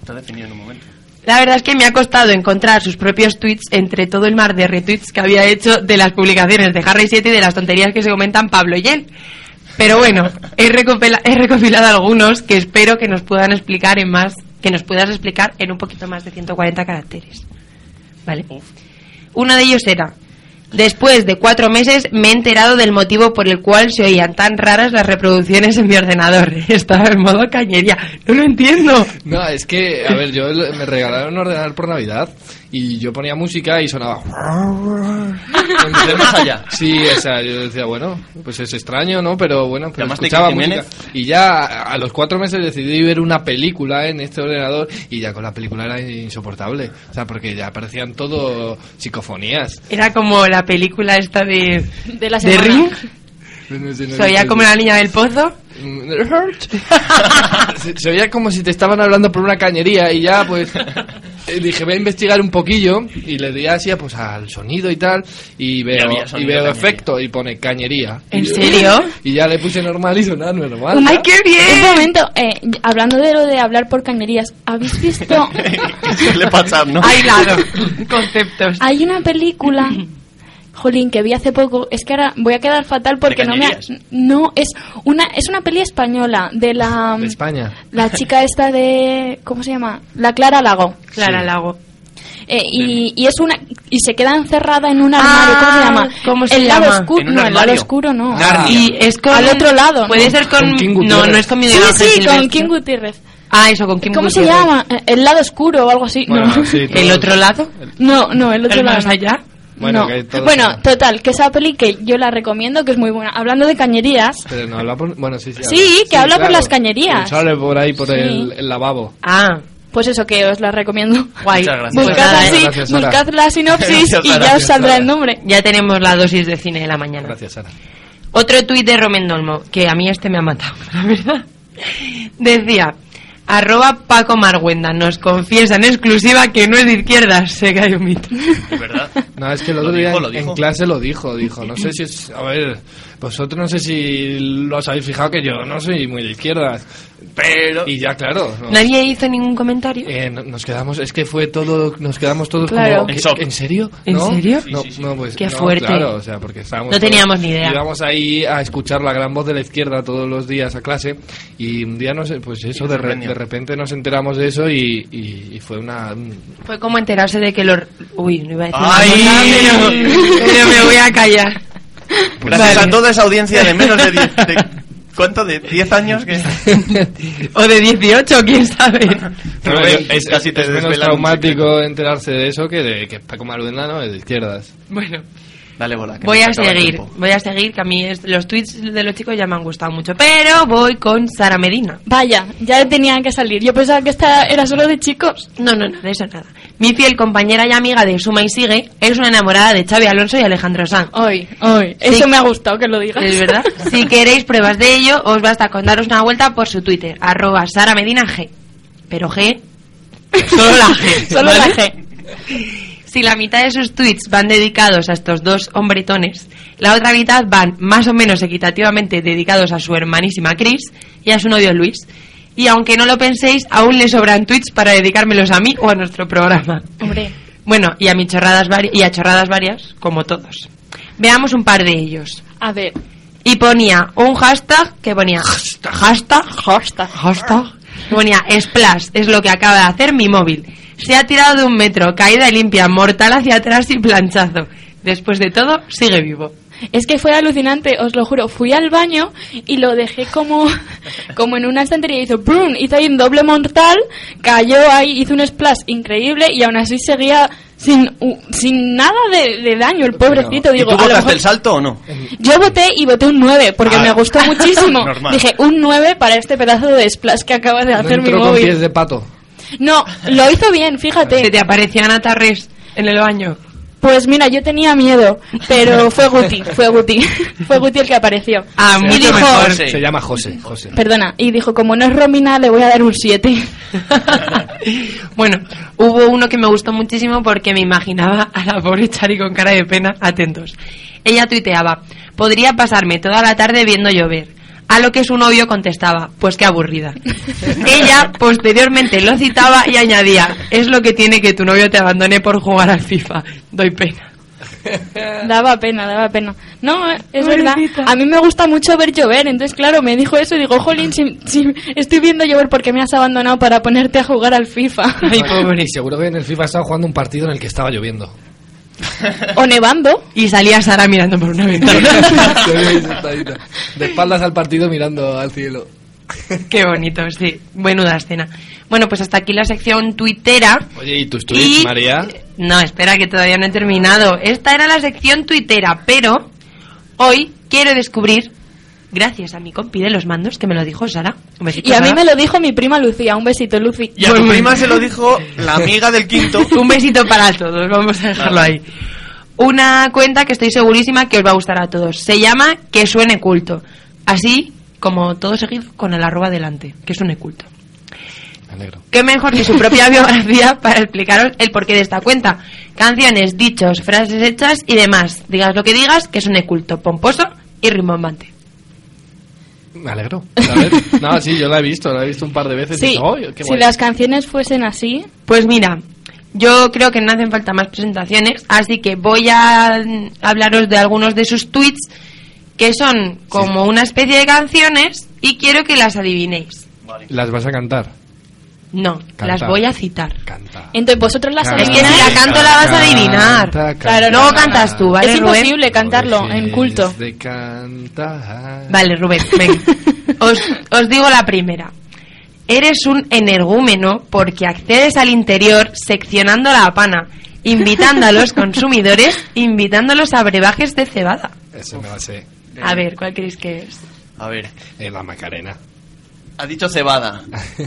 [SPEAKER 2] Está definido en un momento.
[SPEAKER 1] La verdad es que me ha costado encontrar sus propios tweets entre todo el mar de retweets que había hecho de las publicaciones de Harry 7 y de las tonterías que se comentan Pablo y él. Pero bueno, he, recopila- he recopilado algunos que espero que nos puedan explicar en más, que nos puedas explicar en un poquito más de 140 caracteres. ¿Vale? Uno de ellos era, después de cuatro meses me he enterado del motivo por el cual se oían tan raras las reproducciones en mi ordenador. <laughs> Estaba en modo cañería. No lo entiendo.
[SPEAKER 3] No, es que, a ver, yo el- me regalaron un ordenador por Navidad y yo ponía música y sonaba.
[SPEAKER 2] Entonces, Pues más allá. <laughs>
[SPEAKER 3] Sí, o sea, yo decía, bueno, pues es extraño, ¿no? Pero bueno, pero
[SPEAKER 2] Llamaste
[SPEAKER 3] escuchaba
[SPEAKER 2] Kiki
[SPEAKER 3] música. Y ya a a los cuatro meses decidí ver una película en este ordenador y ya con la película era insoportable. O sea, porque ya aparecían todo psicofonías.
[SPEAKER 1] Era como la película esta de...
[SPEAKER 4] De la
[SPEAKER 1] ¿De
[SPEAKER 4] semana.
[SPEAKER 1] Ring? Se oía como la niña del pozo.
[SPEAKER 2] Mm,
[SPEAKER 3] <laughs> se, se oía como si te estaban hablando por una cañería y ya
[SPEAKER 2] <laughs>
[SPEAKER 3] pues eh, dije voy a investigar un poquillo y le di así pues al sonido y tal y veo
[SPEAKER 2] había
[SPEAKER 3] y
[SPEAKER 2] sonido
[SPEAKER 3] veo
[SPEAKER 2] cañería.
[SPEAKER 3] efecto y pone cañería
[SPEAKER 1] ¿En serio?
[SPEAKER 3] y ya le puse normal y sonaba
[SPEAKER 4] Oh
[SPEAKER 3] normal
[SPEAKER 1] ¡Ay, qué
[SPEAKER 4] Un
[SPEAKER 1] bien!
[SPEAKER 4] momento, eh, hablando de lo de hablar por cañerías, ¿habéis
[SPEAKER 1] <laughs>
[SPEAKER 4] visto?
[SPEAKER 2] Le pasar, ¿no?
[SPEAKER 1] Aislado. Conceptos.
[SPEAKER 4] Hay una película, jolín, que vi hace poco. Es que ahora voy a quedar fatal porque no me. ha-
[SPEAKER 2] cañerías?
[SPEAKER 4] No, es una, es una peli española de la.
[SPEAKER 3] de España
[SPEAKER 4] La chica esta de. ¿Cómo se llama? La Clara Lago.
[SPEAKER 1] Clara Lago.
[SPEAKER 4] Eh, y, y es una y se queda encerrada en un armario ¿cómo se
[SPEAKER 1] Ah,
[SPEAKER 4] llama?
[SPEAKER 1] ¿cómo se
[SPEAKER 4] el lado
[SPEAKER 1] llama?
[SPEAKER 4] oscuro,
[SPEAKER 2] ¿En un
[SPEAKER 4] no, el lado
[SPEAKER 2] armario?
[SPEAKER 4] oscuro no.
[SPEAKER 2] Narnia.
[SPEAKER 1] Y es con...
[SPEAKER 4] Al otro lado, ¿no?
[SPEAKER 1] Puede ser con...
[SPEAKER 3] Con King
[SPEAKER 1] no,
[SPEAKER 3] Gutiérrez.
[SPEAKER 1] no es con Miguel
[SPEAKER 4] Sí,
[SPEAKER 1] Ángel
[SPEAKER 4] sí, con
[SPEAKER 1] Silvestre.
[SPEAKER 4] King Gutiérrez.
[SPEAKER 1] Ah, eso, con Kim
[SPEAKER 4] ¿Cómo se
[SPEAKER 1] Gutiérrez.
[SPEAKER 4] llama? Eh, El lado oscuro o algo así. no.
[SPEAKER 3] Bueno, sí,
[SPEAKER 1] ¿El
[SPEAKER 3] todos-
[SPEAKER 1] otro lado?
[SPEAKER 4] no, no, el otro
[SPEAKER 1] ¿El
[SPEAKER 4] lado.
[SPEAKER 1] más
[SPEAKER 4] no.
[SPEAKER 1] allá?
[SPEAKER 3] Bueno,
[SPEAKER 4] No.
[SPEAKER 3] que todos
[SPEAKER 4] Bueno,
[SPEAKER 3] saben.
[SPEAKER 4] total, que esa peli que yo la recomiendo, que es muy buena. Hablando de cañerías,
[SPEAKER 3] pero no habla por bueno sí sí,
[SPEAKER 4] Sí, que habla por las cañerías.
[SPEAKER 3] Que sale por ahí por
[SPEAKER 4] Sí.
[SPEAKER 3] el, el lavabo
[SPEAKER 1] Ah,
[SPEAKER 4] pues eso que os la recomiendo.
[SPEAKER 1] guay.
[SPEAKER 2] Muchas gracias.
[SPEAKER 1] Pues
[SPEAKER 4] Buscad
[SPEAKER 1] nada,
[SPEAKER 4] así,
[SPEAKER 3] Gracias, Sara.
[SPEAKER 4] buscad
[SPEAKER 3] <laughs>
[SPEAKER 4] la sinopsis
[SPEAKER 2] Gracias,
[SPEAKER 4] y
[SPEAKER 2] Sara.
[SPEAKER 4] ya os saldrá
[SPEAKER 3] Sara.
[SPEAKER 4] el nombre.
[SPEAKER 1] Ya tenemos la dosis de cine de la mañana.
[SPEAKER 3] gracias Sara
[SPEAKER 1] Otro tuit de Romendolmo, que a mí este me ha matado, <laughs> la verdad. Decía, arroba Paco Marguenda, nos confiesa en exclusiva que no es de izquierdas, se cae un
[SPEAKER 2] <laughs>
[SPEAKER 1] mito.
[SPEAKER 2] Es verdad.
[SPEAKER 3] No, es que el
[SPEAKER 2] Lo
[SPEAKER 3] otro día
[SPEAKER 2] dijo,
[SPEAKER 3] en-
[SPEAKER 2] lo dijo.
[SPEAKER 3] en clase lo dijo, dijo, no sé si es, a ver, vosotros no sé si lo habéis fijado que yo no soy muy de izquierdas, pero... Y ya, claro, no.
[SPEAKER 1] Nadie hizo ningún comentario.
[SPEAKER 3] Eh, no- nos quedamos, es que fue todo, nos quedamos todos
[SPEAKER 4] Claro.
[SPEAKER 3] como,
[SPEAKER 2] En
[SPEAKER 3] ¿qué-
[SPEAKER 2] shock.
[SPEAKER 3] ¿en serio?
[SPEAKER 1] ¿En
[SPEAKER 3] ¿No?
[SPEAKER 1] serio?
[SPEAKER 3] No, no, pues,
[SPEAKER 1] Qué
[SPEAKER 3] no,
[SPEAKER 1] fuerte.
[SPEAKER 3] Claro, o sea, porque estábamos...
[SPEAKER 1] No teníamos ni idea.
[SPEAKER 3] Íbamos ahí a escuchar la gran voz de la izquierda todos los días a clase y un día, no sé, pues eso,
[SPEAKER 2] nos
[SPEAKER 3] de, re-
[SPEAKER 2] sorprendió.
[SPEAKER 3] de repente nos enteramos de eso y, y- y fue una...
[SPEAKER 1] Fue como enterarse de que los... Uy, no iba a decir...
[SPEAKER 2] Ay,
[SPEAKER 1] nada, pero, pero me voy a callar.
[SPEAKER 2] Gracias
[SPEAKER 1] Vale.
[SPEAKER 2] a toda esa audiencia de menos de 10... de- ¿Cuánto? ¿De 10 años? que
[SPEAKER 1] O de 18, quién sabe.
[SPEAKER 2] <laughs> Rubén,
[SPEAKER 3] es,
[SPEAKER 2] casi te
[SPEAKER 3] es menos
[SPEAKER 2] desvela
[SPEAKER 3] traumático enterarse de eso que de que Paco Maruenda no es de izquierdas.
[SPEAKER 1] Bueno,
[SPEAKER 2] Dale bola. que
[SPEAKER 1] voy
[SPEAKER 2] nos
[SPEAKER 1] a
[SPEAKER 2] acaba el
[SPEAKER 1] seguir,
[SPEAKER 2] tiempo.
[SPEAKER 1] voy a seguir, que a mí es- los tweets de los chicos ya me han gustado mucho, pero voy con Sara Medina.
[SPEAKER 4] Vaya, ya tenían que salir. Yo pensaba que esta era solo de chicos.
[SPEAKER 1] No, no, no, de eso nada. Mi fiel compañera y amiga de Suma y Sigue es una enamorada de Xavi Alonso y Alejandro Sanz.
[SPEAKER 4] Hoy, hoy. Eso me ha gustado que lo digas.
[SPEAKER 1] ¿Es
[SPEAKER 4] <laughs>
[SPEAKER 1] verdad? si queréis pruebas de ello, os basta con daros una vuelta por su Twitter, arroba Sara Medina G. Pero G, solo la G.
[SPEAKER 4] <laughs> Solo la
[SPEAKER 1] ¿vale?
[SPEAKER 4] G.
[SPEAKER 1] Si la mitad de sus tweets van dedicados a estos dos hombretones, la otra mitad van más o menos equitativamente dedicados a su hermanísima Chris y a su novio Luis. Y aunque no lo penséis, aún le sobran tweets para dedicármelos a mí o a nuestro programa.
[SPEAKER 4] Hombre,
[SPEAKER 1] Bueno, y a mis chorradas vari- y a chorradas varias, como todos. Veamos un par de ellos.
[SPEAKER 4] a ver.
[SPEAKER 1] Y ponía un hashtag que ponía hashtag, hashtag, hashtag. que Ponía splash, es lo que acaba de hacer mi móvil. Se ha tirado de un metro, caída limpia, mortal hacia atrás y planchazo. Después de todo, sigue vivo.
[SPEAKER 4] Es que fue alucinante, os lo juro. Fui al baño y lo dejé
[SPEAKER 2] <laughs>
[SPEAKER 4] como, como en una estantería. Hizo ¡brum! Hizo ahí un doble mortal, cayó ahí, hizo un splash increíble y aún así seguía sin, u- sin nada de, de daño el pobrecito.
[SPEAKER 2] ¿Y
[SPEAKER 4] Digo, a lo
[SPEAKER 2] tú votaste
[SPEAKER 4] mejor-
[SPEAKER 2] el salto o no?
[SPEAKER 4] Yo voté y voté un 9 porque
[SPEAKER 2] Ah.
[SPEAKER 4] me
[SPEAKER 2] <laughs>
[SPEAKER 4] gustó muchísimo.
[SPEAKER 2] Normal.
[SPEAKER 4] Dije, un 9 para este pedazo de splash que acaba de
[SPEAKER 3] No
[SPEAKER 4] hacer mi
[SPEAKER 3] entró con pies
[SPEAKER 4] móvil.
[SPEAKER 3] de pato.
[SPEAKER 4] No, lo hizo bien,
[SPEAKER 1] Se
[SPEAKER 4] fíjate.
[SPEAKER 1] te apareció Ana Tarrés en el baño.
[SPEAKER 4] Pues mira, yo tenía miedo, pero fue Guti, fue Guti, <laughs> fue Guti el que apareció.
[SPEAKER 1] Ah,
[SPEAKER 4] y
[SPEAKER 1] mucho
[SPEAKER 4] dijo,
[SPEAKER 1] mejor.
[SPEAKER 2] Sí.
[SPEAKER 3] Se llama José. José.
[SPEAKER 4] perdona, y dijo, como no es Romina, le voy a dar un 7.
[SPEAKER 1] <laughs> bueno, hubo uno que me gustó muchísimo porque me imaginaba a la pobre Chari con cara de pena, atentos. Ella tuiteaba, podría pasarme toda la tarde viendo llover. A lo que su novio contestaba, pues qué aburrida. Ella posteriormente lo citaba y añadía, es lo que tiene que tu novio te abandone por jugar al FIFA. Doy pena.
[SPEAKER 4] <laughs> Daba pena, daba pena. No, eh, es verdad.
[SPEAKER 1] Pobrecita.
[SPEAKER 4] A mí me gusta mucho ver llover, entonces claro, me dijo eso y digo, jolín, si- si estoy viendo llover porque me has abandonado para ponerte a jugar al FIFA.
[SPEAKER 1] Ay, pobre.
[SPEAKER 3] Y seguro que en el FIFA estaba jugando un partido en el que estaba lloviendo.
[SPEAKER 4] <laughs> o nevando.
[SPEAKER 1] Y salía Sara mirando por una
[SPEAKER 3] <laughs>
[SPEAKER 1] ventana.
[SPEAKER 3] de espaldas al partido mirando al cielo.
[SPEAKER 1] Qué bonito, sí. Buenuda escena. Bueno, pues hasta aquí la sección tuitera.
[SPEAKER 3] Oye, ¿y tus tweets,
[SPEAKER 1] Y-
[SPEAKER 3] María?
[SPEAKER 1] No, espera, que todavía no he terminado. Esta era la sección tuitera, pero hoy quiero descubrir, gracias a mi compi de los mandos, que me lo dijo Sara. un besito,
[SPEAKER 4] Y a mí
[SPEAKER 1] Sara.
[SPEAKER 4] me lo dijo mi prima Lucía. Un besito, Lucy.
[SPEAKER 2] Y a
[SPEAKER 1] <laughs>
[SPEAKER 2] tu prima se lo dijo la amiga del quinto.
[SPEAKER 1] Un besito para todos, vamos a dejarlo ahí. una cuenta que estoy segurísima que os va a gustar a todos. Se llama Que suene culto. Así como todo seguido con el arroba delante, que suene culto.
[SPEAKER 3] Me alegro.
[SPEAKER 1] Qué mejor que su
[SPEAKER 4] <laughs>
[SPEAKER 1] propia biografía para explicaros el porqué de esta cuenta. Canciones, dichos, frases hechas y demás. Digas lo que digas, que suene culto, pomposo y rimbombante.
[SPEAKER 3] Me alegro. A ver. No, sí, yo la he visto, la he visto un par de veces. y
[SPEAKER 4] Sí,
[SPEAKER 3] digo, "Oye, qué
[SPEAKER 4] si
[SPEAKER 3] guay".
[SPEAKER 4] las canciones fuesen así,
[SPEAKER 1] Pues mira, yo creo que no hacen falta más presentaciones, así que voy a mm, hablaros de algunos de sus tweets que son como una especie de canciones y quiero que las adivinéis.
[SPEAKER 3] ¿Las vas a cantar?
[SPEAKER 1] No,
[SPEAKER 3] Canta.
[SPEAKER 1] las voy a citar.
[SPEAKER 3] Canta.
[SPEAKER 4] entonces vosotros las
[SPEAKER 3] Claro.
[SPEAKER 1] Es que si la
[SPEAKER 4] adivináis.
[SPEAKER 1] canto la vas a adivinar.
[SPEAKER 3] Canta,
[SPEAKER 4] Claro,
[SPEAKER 1] Luego
[SPEAKER 4] no, no,
[SPEAKER 1] cantas tú,
[SPEAKER 3] no.
[SPEAKER 1] ¿vale,
[SPEAKER 4] es
[SPEAKER 1] Rubén?
[SPEAKER 4] imposible cantarlo en
[SPEAKER 3] Dejes
[SPEAKER 4] culto.
[SPEAKER 3] de cantar.
[SPEAKER 1] Vale, Rubén,
[SPEAKER 3] <laughs>
[SPEAKER 1] venga. Os, os digo la primera. Eres un energúmeno porque accedes al interior seccionando la pana, invitando a
[SPEAKER 3] <laughs>
[SPEAKER 1] los consumidores, invitándolos a brebajes de cebada.
[SPEAKER 3] Eso me la sé.
[SPEAKER 1] A ver, ¿cuál creéis que es?
[SPEAKER 2] A ver,
[SPEAKER 3] Eh, la Macarena.
[SPEAKER 2] ha dicho cebada.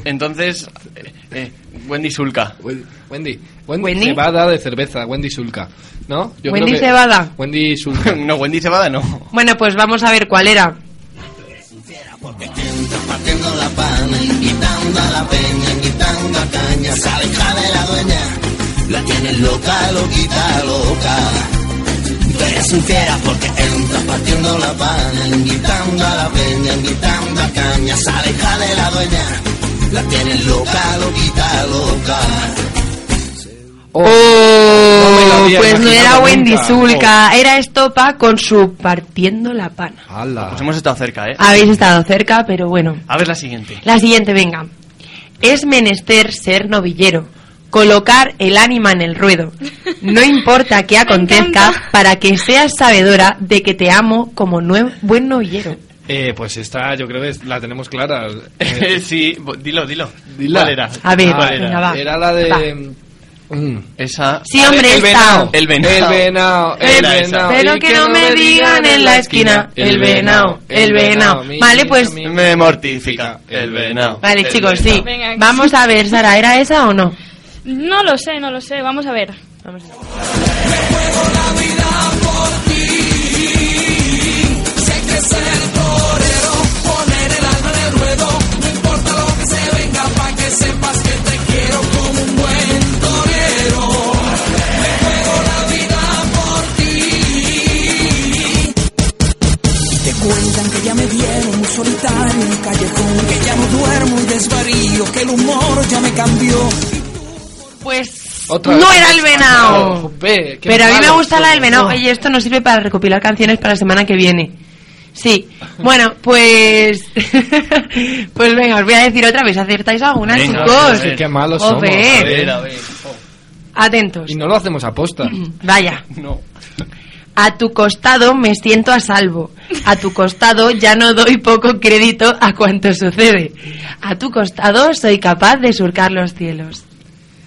[SPEAKER 2] Entonces, eh, eh, Wendy Sulca.
[SPEAKER 3] Wen- Wendy. Wendy.
[SPEAKER 1] Wendy.
[SPEAKER 3] Cebada de cerveza. Wendy Sulca. ¿No?
[SPEAKER 1] Wendy
[SPEAKER 3] que-
[SPEAKER 1] Cebada.
[SPEAKER 3] Wendy
[SPEAKER 2] <laughs>
[SPEAKER 3] Sulca.
[SPEAKER 2] <laughs> No, Wendy Cebada no.
[SPEAKER 1] Bueno, pues vamos a ver cuál era.
[SPEAKER 3] Oh,
[SPEAKER 1] Oh,
[SPEAKER 3] me lo había
[SPEAKER 1] pues no era
[SPEAKER 3] imaginado
[SPEAKER 1] Wendy
[SPEAKER 3] nunca. Oh.
[SPEAKER 1] Zulka, era Estopa con su partiendo la pana.
[SPEAKER 3] Ala.
[SPEAKER 2] Pues hemos estado cerca, ¿eh?
[SPEAKER 1] Habéis estado cerca, pero bueno.
[SPEAKER 2] A ver la siguiente.
[SPEAKER 1] La siguiente, venga. Es menester ser novillero, colocar el ánima en el ruedo. No importa qué
[SPEAKER 4] <laughs> Me
[SPEAKER 1] acontezca,
[SPEAKER 4] encanta.
[SPEAKER 1] para que seas sabedora de que te amo como nue- buen novillero.
[SPEAKER 3] Eh, pues esta yo creo que es- la tenemos
[SPEAKER 2] <laughs>
[SPEAKER 3] clara. Eh,
[SPEAKER 2] sí, bo- dilo, dilo.
[SPEAKER 3] Dila.
[SPEAKER 2] ¿Cuál era?
[SPEAKER 1] A ver,
[SPEAKER 2] ¿Cuál
[SPEAKER 1] venga,
[SPEAKER 2] era?
[SPEAKER 1] va.
[SPEAKER 3] Era la de... Mm.
[SPEAKER 2] Esa.
[SPEAKER 1] Sí, hombre,
[SPEAKER 3] El
[SPEAKER 1] he
[SPEAKER 3] venao.
[SPEAKER 1] estado.
[SPEAKER 2] El venao.
[SPEAKER 3] El venao. El
[SPEAKER 2] Era esa.
[SPEAKER 3] venao.
[SPEAKER 1] Pero
[SPEAKER 3] Y
[SPEAKER 1] que no me digan en la esquina, el venao, el venao.
[SPEAKER 3] mi
[SPEAKER 1] Vale,
[SPEAKER 3] niña,
[SPEAKER 1] pues-
[SPEAKER 3] mi-
[SPEAKER 2] Me mortifica. El venado.
[SPEAKER 1] Vale, chicos, sí.
[SPEAKER 4] Venga, que
[SPEAKER 1] Vamos a ver, Sara, ¿era esa o no?
[SPEAKER 4] No lo sé, no lo sé, vamos a ver.
[SPEAKER 8] Te cuentan que ya me vieron solitario en el callejón, que ya no duermo y desvarío, que el humor ya me cambió.
[SPEAKER 1] Pues
[SPEAKER 3] Otra
[SPEAKER 1] no
[SPEAKER 3] vez.
[SPEAKER 1] era el venao.
[SPEAKER 3] Jope, qué
[SPEAKER 1] Pero a mí me
[SPEAKER 3] malos
[SPEAKER 1] gusta la del
[SPEAKER 3] somos,
[SPEAKER 1] venao.
[SPEAKER 3] ¿no?
[SPEAKER 1] Oye, esto nos sirve para recopilar canciones para la semana que viene.
[SPEAKER 3] <laughs>
[SPEAKER 1] Sí. Bueno, pues. <laughs> pues venga, os voy a decir otra vez. ¿Acertáis alguna,
[SPEAKER 2] Venga,
[SPEAKER 1] chicos?
[SPEAKER 2] a ver.
[SPEAKER 3] Qué malos
[SPEAKER 1] Jope.
[SPEAKER 3] somos.
[SPEAKER 2] A ver, a ver.
[SPEAKER 1] Atentos.
[SPEAKER 3] Y no lo hacemos
[SPEAKER 1] <laughs>
[SPEAKER 3] aposta.
[SPEAKER 1] Vaya.
[SPEAKER 2] No.
[SPEAKER 1] A tu costado me siento a salvo. A tu costado ya no doy poco crédito a cuanto sucede. A tu costado soy capaz de surcar los cielos.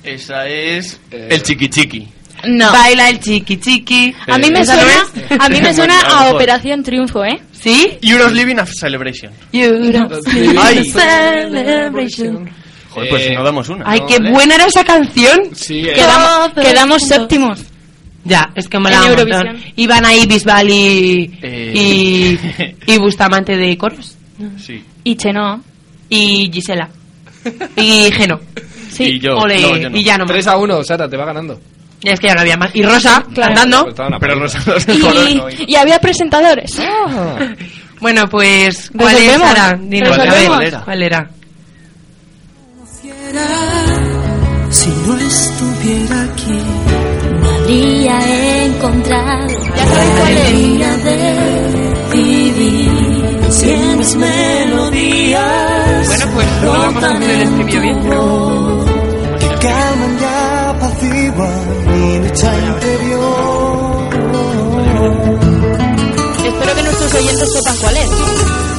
[SPEAKER 2] Esa es.
[SPEAKER 3] Eh.
[SPEAKER 2] El chiqui chiqui.
[SPEAKER 4] No.
[SPEAKER 1] Baila el chiqui chiqui.
[SPEAKER 3] Eh.
[SPEAKER 4] A mí me
[SPEAKER 1] Eh, ¿Esa <laughs> no
[SPEAKER 4] suena,
[SPEAKER 1] es?
[SPEAKER 4] a mí me suena
[SPEAKER 2] A lo
[SPEAKER 4] a
[SPEAKER 2] mejor.
[SPEAKER 4] Operación Triunfo, ¿eh?
[SPEAKER 1] ¿Sí?
[SPEAKER 2] Euros Living a Celebration.
[SPEAKER 1] You don't sleep
[SPEAKER 2] Ay.
[SPEAKER 1] celebration.
[SPEAKER 2] Joder, pues
[SPEAKER 3] Eh,
[SPEAKER 2] si no damos una.
[SPEAKER 1] Ay,
[SPEAKER 2] ¿no?
[SPEAKER 1] qué
[SPEAKER 2] Vale.
[SPEAKER 1] buena era esa canción.
[SPEAKER 3] Sí, eh.
[SPEAKER 4] Quedamos,
[SPEAKER 1] Todo
[SPEAKER 4] quedamos
[SPEAKER 1] el mundo.
[SPEAKER 4] séptimos.
[SPEAKER 1] Ya, es que me
[SPEAKER 4] En
[SPEAKER 1] la
[SPEAKER 4] Eurovisión.
[SPEAKER 1] Iban ahí Bisbal y,
[SPEAKER 2] Eh.
[SPEAKER 1] y, y Bustamante de coros.
[SPEAKER 2] Sí.
[SPEAKER 4] Y Chenoa.
[SPEAKER 1] Y Gisela. Y Geno.
[SPEAKER 4] Sí.
[SPEAKER 2] Y yo.
[SPEAKER 1] Ole,
[SPEAKER 2] no, yo no.
[SPEAKER 1] y ya no más.
[SPEAKER 3] 3 a 1, Sara, te va ganando.
[SPEAKER 1] Es que ya no había más. Y Rosa,
[SPEAKER 4] Claro.
[SPEAKER 3] Pues
[SPEAKER 1] andando.
[SPEAKER 3] estaba una
[SPEAKER 2] Pero
[SPEAKER 3] pena.
[SPEAKER 2] nosotros
[SPEAKER 3] <laughs>
[SPEAKER 4] Y,
[SPEAKER 2] mejor
[SPEAKER 4] <laughs>
[SPEAKER 2] no.
[SPEAKER 4] y había presentadores.
[SPEAKER 3] Ah,
[SPEAKER 1] Bueno, pues, ¿cuál es,
[SPEAKER 4] Resolvemos.
[SPEAKER 1] Sara? Dinos, a ver,
[SPEAKER 4] Resolvemos.
[SPEAKER 1] ¿cuál era? ¿Cuál era?
[SPEAKER 8] Si no estuviera aquí,
[SPEAKER 9] habría encontrado
[SPEAKER 4] Ya sabes cuál es.
[SPEAKER 9] la de vivir.
[SPEAKER 8] si en mis melodías
[SPEAKER 1] Bueno, pues no vamos a hacer el estribillo bien.
[SPEAKER 8] que calman y apaciguan mi lucha interior.
[SPEAKER 4] Espero que nuestros oyentes sepan cuál es.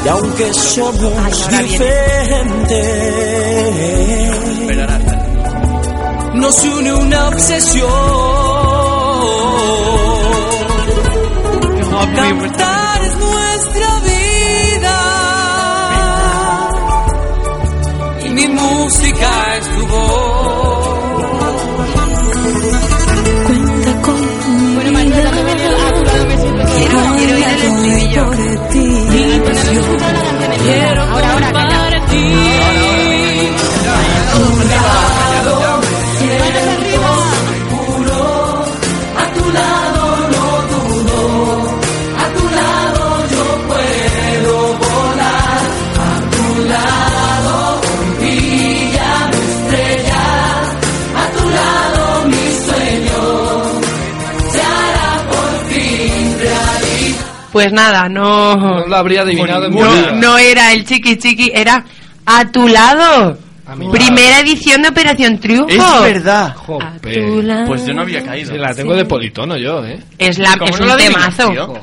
[SPEAKER 8] Y aunque somos diferentes, nos une una obsesión. Cantar es nuestra vida y mi música es tu voz.
[SPEAKER 4] Bueno, Manuela,
[SPEAKER 5] Ah,
[SPEAKER 1] Pues nada, no.
[SPEAKER 3] No lo habría adivinado en mi
[SPEAKER 1] No,
[SPEAKER 3] vida.
[SPEAKER 1] no era el chiqui chiqui, era a tu lado.
[SPEAKER 3] A mi
[SPEAKER 1] Primera edición de Operación Triunfo.
[SPEAKER 2] Es verdad.
[SPEAKER 1] A tu
[SPEAKER 3] Jope.
[SPEAKER 1] lado.
[SPEAKER 2] Pues yo no había caído. pues
[SPEAKER 3] Sí, la tengo de politono yo, ¿eh?
[SPEAKER 1] Es, la,
[SPEAKER 2] ¿Cómo
[SPEAKER 1] es
[SPEAKER 2] no
[SPEAKER 1] un
[SPEAKER 2] lo adivinas,
[SPEAKER 1] temazo.
[SPEAKER 2] tío?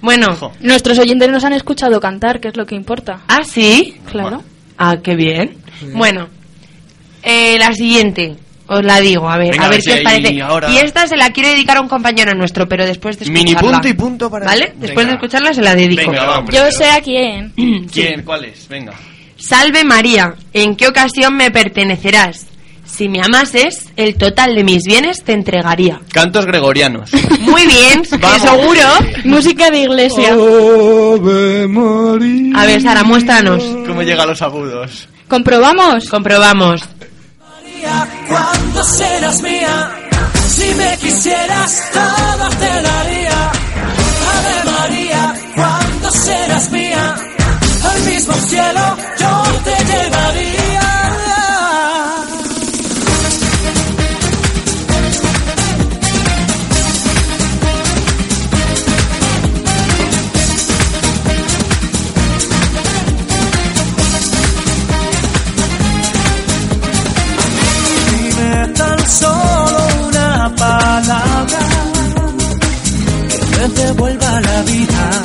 [SPEAKER 1] Bueno,
[SPEAKER 2] Ojo.
[SPEAKER 4] Nuestros oyentes nos han escuchado cantar, que es lo que importa.
[SPEAKER 1] ¿ah, sí?
[SPEAKER 4] Claro.
[SPEAKER 1] Ah, qué bien. Bueno, eh, la siguiente. Os la digo, a ver,
[SPEAKER 2] Venga,
[SPEAKER 1] a
[SPEAKER 2] a
[SPEAKER 1] ver
[SPEAKER 2] ver
[SPEAKER 1] qué
[SPEAKER 2] si
[SPEAKER 1] os parece.
[SPEAKER 2] ahí ahora-
[SPEAKER 1] Y esta se la quiero dedicar a un compañero nuestro, pero después de escucharla.
[SPEAKER 2] Mini punto y punto para-
[SPEAKER 1] ¿Vale? Después de
[SPEAKER 3] Venga.
[SPEAKER 1] escucharla se la dedico.
[SPEAKER 2] Venga, vamos.
[SPEAKER 4] Yo sé a quién.
[SPEAKER 2] ¿Quién? ¿Cuál es? Venga.
[SPEAKER 1] Salve María, ¿en qué ocasión me pertenecerás? Si me amases, el total de mis bienes te entregaría.
[SPEAKER 2] Cantos gregorianos.
[SPEAKER 1] Muy
[SPEAKER 2] <laughs>
[SPEAKER 1] bien, que
[SPEAKER 2] Vamos.
[SPEAKER 1] seguro.
[SPEAKER 4] Música de iglesia.
[SPEAKER 3] Oh.
[SPEAKER 1] A ver, Sara, muéstranos.
[SPEAKER 2] ¿Cómo llega a los agudos?
[SPEAKER 4] ¿Comprobamos?
[SPEAKER 1] Comprobamos.
[SPEAKER 8] Cuando serás mía, si me quisieras todas te daría. Ave María, cuando serás mía, al mismo cielo yo te llevaría. Dime tan solo una palabra que me devuelva la vida.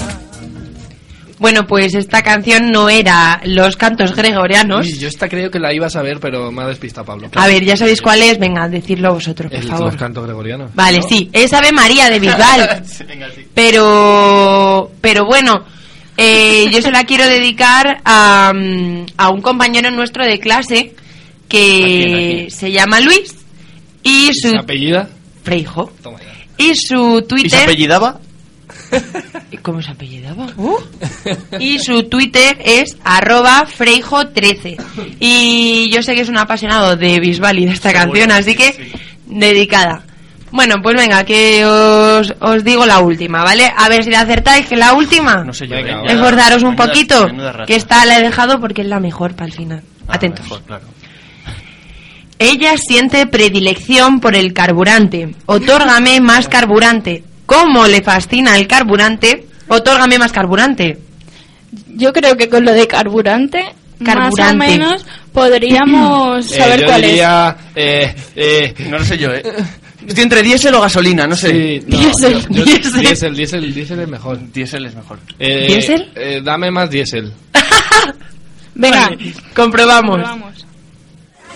[SPEAKER 1] Bueno, pues esta canción no era los cantos gregorianos.
[SPEAKER 3] Uy, yo esta creo que la ibas a ver, pero me ha despistado Pablo.
[SPEAKER 1] A ver, ya sabéis cuál es. Venga, decidlo vosotros, por
[SPEAKER 3] El los
[SPEAKER 1] favor.
[SPEAKER 3] cantos gregorianos.
[SPEAKER 1] Vale,
[SPEAKER 3] ¿no?
[SPEAKER 1] sí, es Ave María de
[SPEAKER 2] <laughs>
[SPEAKER 1] Bisbal.
[SPEAKER 2] Sí, Venga, sí.
[SPEAKER 1] Pero, pero bueno, eh, yo se la quiero dedicar a, mm, a un compañero nuestro de clase que
[SPEAKER 2] ¿A quién, a quién?
[SPEAKER 1] se llama Luis y
[SPEAKER 3] ¿Y ¿Se
[SPEAKER 1] su
[SPEAKER 3] apellida?
[SPEAKER 1] Freijo
[SPEAKER 3] Toma ya.
[SPEAKER 1] y su
[SPEAKER 2] ¿Y se
[SPEAKER 1] Twitter
[SPEAKER 2] apellidaba?
[SPEAKER 1] ¿Cómo se apellidaba? <laughs> y su Twitter es arroba freijo13 y yo sé que es un apasionado de Bisbal y de esta
[SPEAKER 2] Seguro,
[SPEAKER 1] canción así
[SPEAKER 2] sí,
[SPEAKER 1] que
[SPEAKER 2] sí.
[SPEAKER 1] dedicada bueno pues venga que os, os digo la última ¿vale? a ver si la acertáis que la última
[SPEAKER 2] No sé yo.
[SPEAKER 3] Venga,
[SPEAKER 2] venga.
[SPEAKER 1] esforzaros un
[SPEAKER 2] Menuda-
[SPEAKER 1] poquito
[SPEAKER 2] menuda rata.
[SPEAKER 1] que esta la he dejado porque es la mejor para el final
[SPEAKER 2] Ah,
[SPEAKER 1] atentos
[SPEAKER 2] mejor, claro.
[SPEAKER 1] ella siente predilección por el carburante. Otórgame más carburante. ¿Cómo le fascina el carburante? Otórgame más carburante.
[SPEAKER 4] Yo creo que con lo de carburante, más o
[SPEAKER 1] Carburante.
[SPEAKER 4] menos,
[SPEAKER 3] <coughs>
[SPEAKER 4] podríamos
[SPEAKER 3] Eh,
[SPEAKER 4] saber
[SPEAKER 3] yo
[SPEAKER 4] cuál
[SPEAKER 3] diría, eh, eh,
[SPEAKER 2] No lo sé yo, ¿eh? Estoy entre diésel o gasolina, no sé.
[SPEAKER 3] sí, no,
[SPEAKER 4] Diésel,
[SPEAKER 3] yo- yo-
[SPEAKER 1] diésel.
[SPEAKER 3] diésel, diésel, diésel es mejor.
[SPEAKER 2] Diésel es mejor.
[SPEAKER 3] Eh,
[SPEAKER 1] ¿Diésel?
[SPEAKER 3] eh, dame más diésel.
[SPEAKER 4] es. Venga,
[SPEAKER 1] Comprobamos.
[SPEAKER 4] vamos.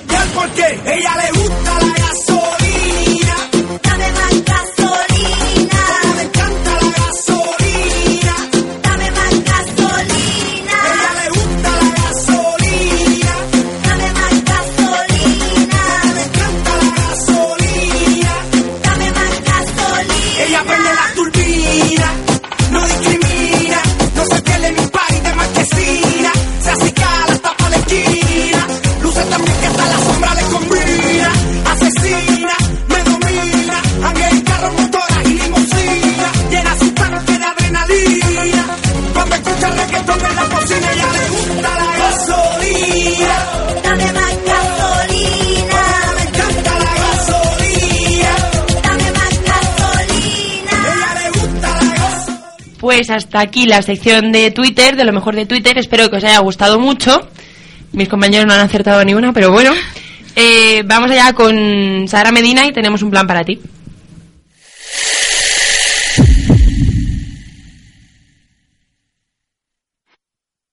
[SPEAKER 8] Ya el porqué, ella le gusta la gasolina.
[SPEAKER 5] Dame más gasolina,
[SPEAKER 8] Me encanta la gasolina.
[SPEAKER 5] dame más gasolina,
[SPEAKER 8] Ella le gusta la gasolina.
[SPEAKER 5] dame más gasolina,
[SPEAKER 8] Me encanta la gasolina.
[SPEAKER 5] dame más gasolina.
[SPEAKER 8] Ella prende la turbina. No discrimina. No se pierde mi party de marquesina. Se acicala hasta pa' la esquina. Luce también que hasta la sombra le combina. Asesina. Me domina. Angélica motora y limusina. Llena sus manos de adrenalina. Cuando escucha reggaetón en la cocina. Ella le gusta la gasolina.
[SPEAKER 5] Dame más gasolina,
[SPEAKER 8] Me encanta la gasolina.
[SPEAKER 5] dame más gasolina.
[SPEAKER 8] Ella le gusta la gasolina.
[SPEAKER 1] Pues hasta aquí la sección de Twitter, de lo mejor de Twitter. Espero que os haya gustado mucho. Mis compañeros no han acertado ni una, pero bueno. Eh, vamos allá con Sara Medina y tenemos un plan para <laughs> ti.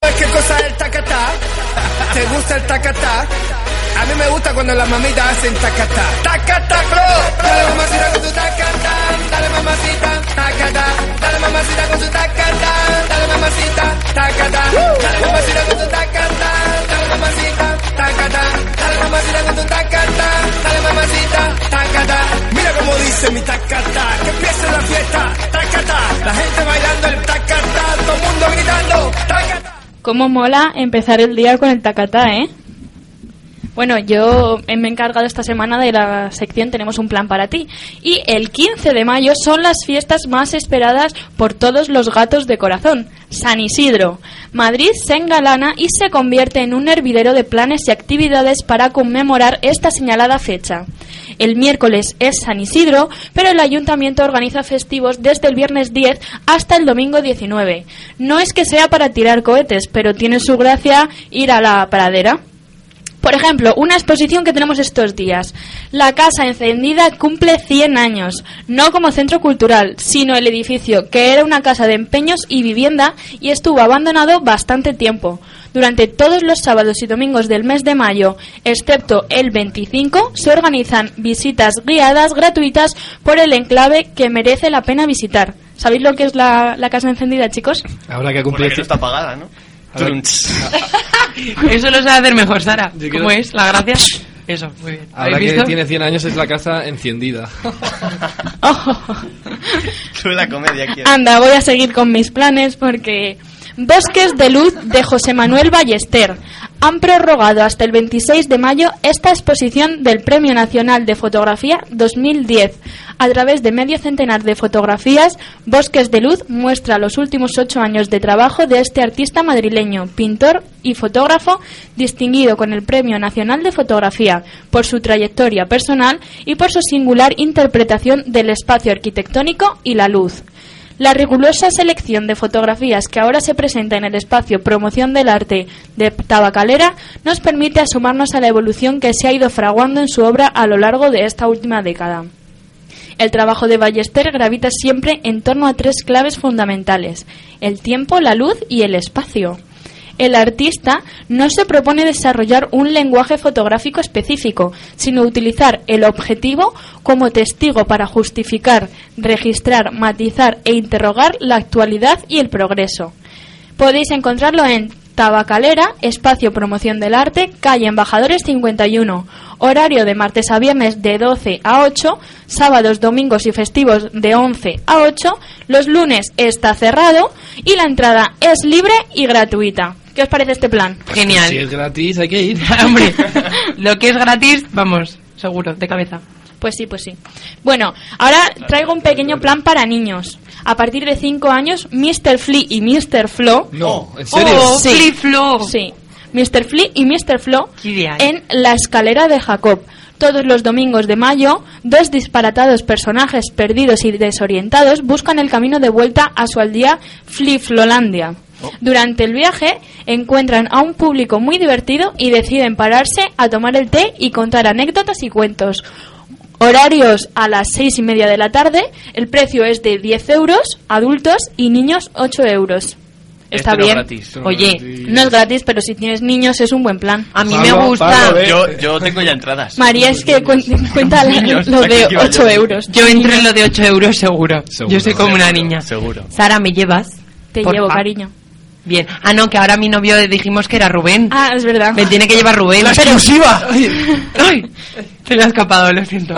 [SPEAKER 10] ¿Sabes qué cosa es el tacatá? ¿Te gusta el tacatá? A mí me gusta cuando las mamitas hacen tacatá. ¡Tacatá, bro! Dale mamacita con tu tacatá, dale mamacita, tacatá. Dale mamacita con tu tacatá, dale mamacita, tacatá. Dale mamacita con tu tacatá, dale mamacita, tacatá. Dale mamacita con tu tacatá, dale mamacita, tacatá. Mira cómo dice mi tacatá, que empieza la fiesta, tacatá. La gente bailando el tacatá, todo el mundo gritando, tacatá.
[SPEAKER 4] Cómo mola empezar el día con el tacatá, ¿eh? Bueno, yo eh, me he encargado esta semana de la sección Tenemos un plan para ti. Y el 15 de mayo son las fiestas más esperadas por todos los gatos de corazón. San Isidro. Madrid se engalana y se convierte en un hervidero de planes y actividades para conmemorar esta señalada fecha. El miércoles es San Isidro, pero el ayuntamiento organiza festivos desde el viernes 10 hasta el domingo 19. No es que sea para tirar cohetes, pero tiene su gracia ir a la pradera. Por ejemplo, una exposición que tenemos estos días. La Casa Encendida cumple 100 años, no como centro cultural, sino el edificio, que era una casa de empeños y vivienda y estuvo abandonado bastante tiempo. Durante todos los sábados y domingos del mes de mayo, excepto el 25, se organizan visitas guiadas gratuitas por el enclave que merece la pena visitar. ¿Sabéis lo que es la, la Casa Encendida, chicos? <laughs>
[SPEAKER 3] Ahora que
[SPEAKER 2] cumple. que no está pagada, ¿no?
[SPEAKER 3] Ahora-
[SPEAKER 2] Trunch.
[SPEAKER 1] Eso lo sabe hacer mejor, Sara.
[SPEAKER 3] Yo quiero-
[SPEAKER 1] ¿Cómo es? ¿La gracia? Eso, muy bien.
[SPEAKER 3] Ahora
[SPEAKER 1] ¿Habéis
[SPEAKER 3] que
[SPEAKER 1] visto?
[SPEAKER 3] tiene 100 años es la casa encendida.
[SPEAKER 2] Ah.
[SPEAKER 4] Oh,
[SPEAKER 2] Sube la comedia aquí.
[SPEAKER 4] <laughs> Anda, voy a seguir con mis planes porque Bosques de Luz de José Manuel Ballester han prorrogado hasta el 26 de mayo esta exposición del Premio Nacional de Fotografía 2010. A través de medio centenar de fotografías, Bosques de Luz muestra los últimos ocho años de trabajo de este artista madrileño, pintor y fotógrafo distinguido con el Premio Nacional de Fotografía por su trayectoria personal y por su singular interpretación del espacio arquitectónico y la luz. La rigurosa selección de fotografías que ahora se presenta en el espacio Promoción del Arte de Tabacalera nos permite asomarnos a la evolución que se ha ido fraguando en su obra a lo largo de esta última década. El trabajo de Ballester gravita siempre en torno a tres claves fundamentales, el tiempo, la luz y el espacio. El artista no se propone desarrollar un lenguaje fotográfico específico, sino utilizar el objetivo como testigo para justificar, registrar, matizar e interrogar la actualidad y el progreso. Podéis encontrarlo en Tabacalera, Espacio Promoción del Arte, calle Embajadores 51. Horario de martes a viernes de 12 a 8, sábados, domingos y festivos de 11 a 8. Los lunes está cerrado y la entrada es libre y gratuita. ¿Qué os parece este plan?
[SPEAKER 1] Genial.
[SPEAKER 3] Si es gratis, hay que ir.
[SPEAKER 1] <laughs> Hombre, lo que es gratis, vamos, seguro, de cabeza.
[SPEAKER 4] Pues sí, pues sí. Bueno, ahora traigo un pequeño plan para niños. A partir de 5 años, Mr. Flea y Mr. Flo
[SPEAKER 3] No, ¿en serio?
[SPEAKER 1] Oh, Flip Flo.
[SPEAKER 4] Sí. Mr. Flea y Mr. Flo
[SPEAKER 1] Qué idea, ¿eh?
[SPEAKER 4] en La escalera de Jacob. Todos los domingos de mayo, dos disparatados personajes perdidos y desorientados buscan el camino de vuelta a su aldea Fliflolandia.
[SPEAKER 1] Oh.
[SPEAKER 4] Durante el viaje encuentran a un público muy divertido y deciden pararse a tomar el té y contar anécdotas y cuentos. Horarios a las seis y media de la tarde, el precio es de 10 euros, adultos y niños 8 euros. Está
[SPEAKER 2] Este no es
[SPEAKER 4] bien.
[SPEAKER 2] gratis.
[SPEAKER 1] Oye,
[SPEAKER 4] No es gratis, pero si tienes niños es un buen plan.
[SPEAKER 1] a mí
[SPEAKER 3] Pablo,
[SPEAKER 1] me gusta.
[SPEAKER 3] Pablo, ve.
[SPEAKER 2] Yo, yo tengo ya entradas.
[SPEAKER 4] María es que cuen- <laughs> cuenta la-
[SPEAKER 2] Niños,
[SPEAKER 4] lo de
[SPEAKER 2] aquí iba yo.
[SPEAKER 4] 8 euros.
[SPEAKER 1] Yo entro en lo de 8 euros seguro.
[SPEAKER 3] Seguro,
[SPEAKER 1] Yo soy como una
[SPEAKER 2] seguro,
[SPEAKER 1] niña.
[SPEAKER 2] seguro.
[SPEAKER 1] Sara, ¿me llevas?
[SPEAKER 4] Te
[SPEAKER 1] Porfa.
[SPEAKER 4] llevo, cariño.
[SPEAKER 1] Bien. Ah, no, que ahora mi novio dijimos que era Rubén.
[SPEAKER 4] Ah, es
[SPEAKER 2] <laughs>
[SPEAKER 4] verdad.
[SPEAKER 1] Me tiene que llevar Rubén. Pero-
[SPEAKER 2] exclusiva!
[SPEAKER 1] ¡Ay! Se le ha escapado, lo siento.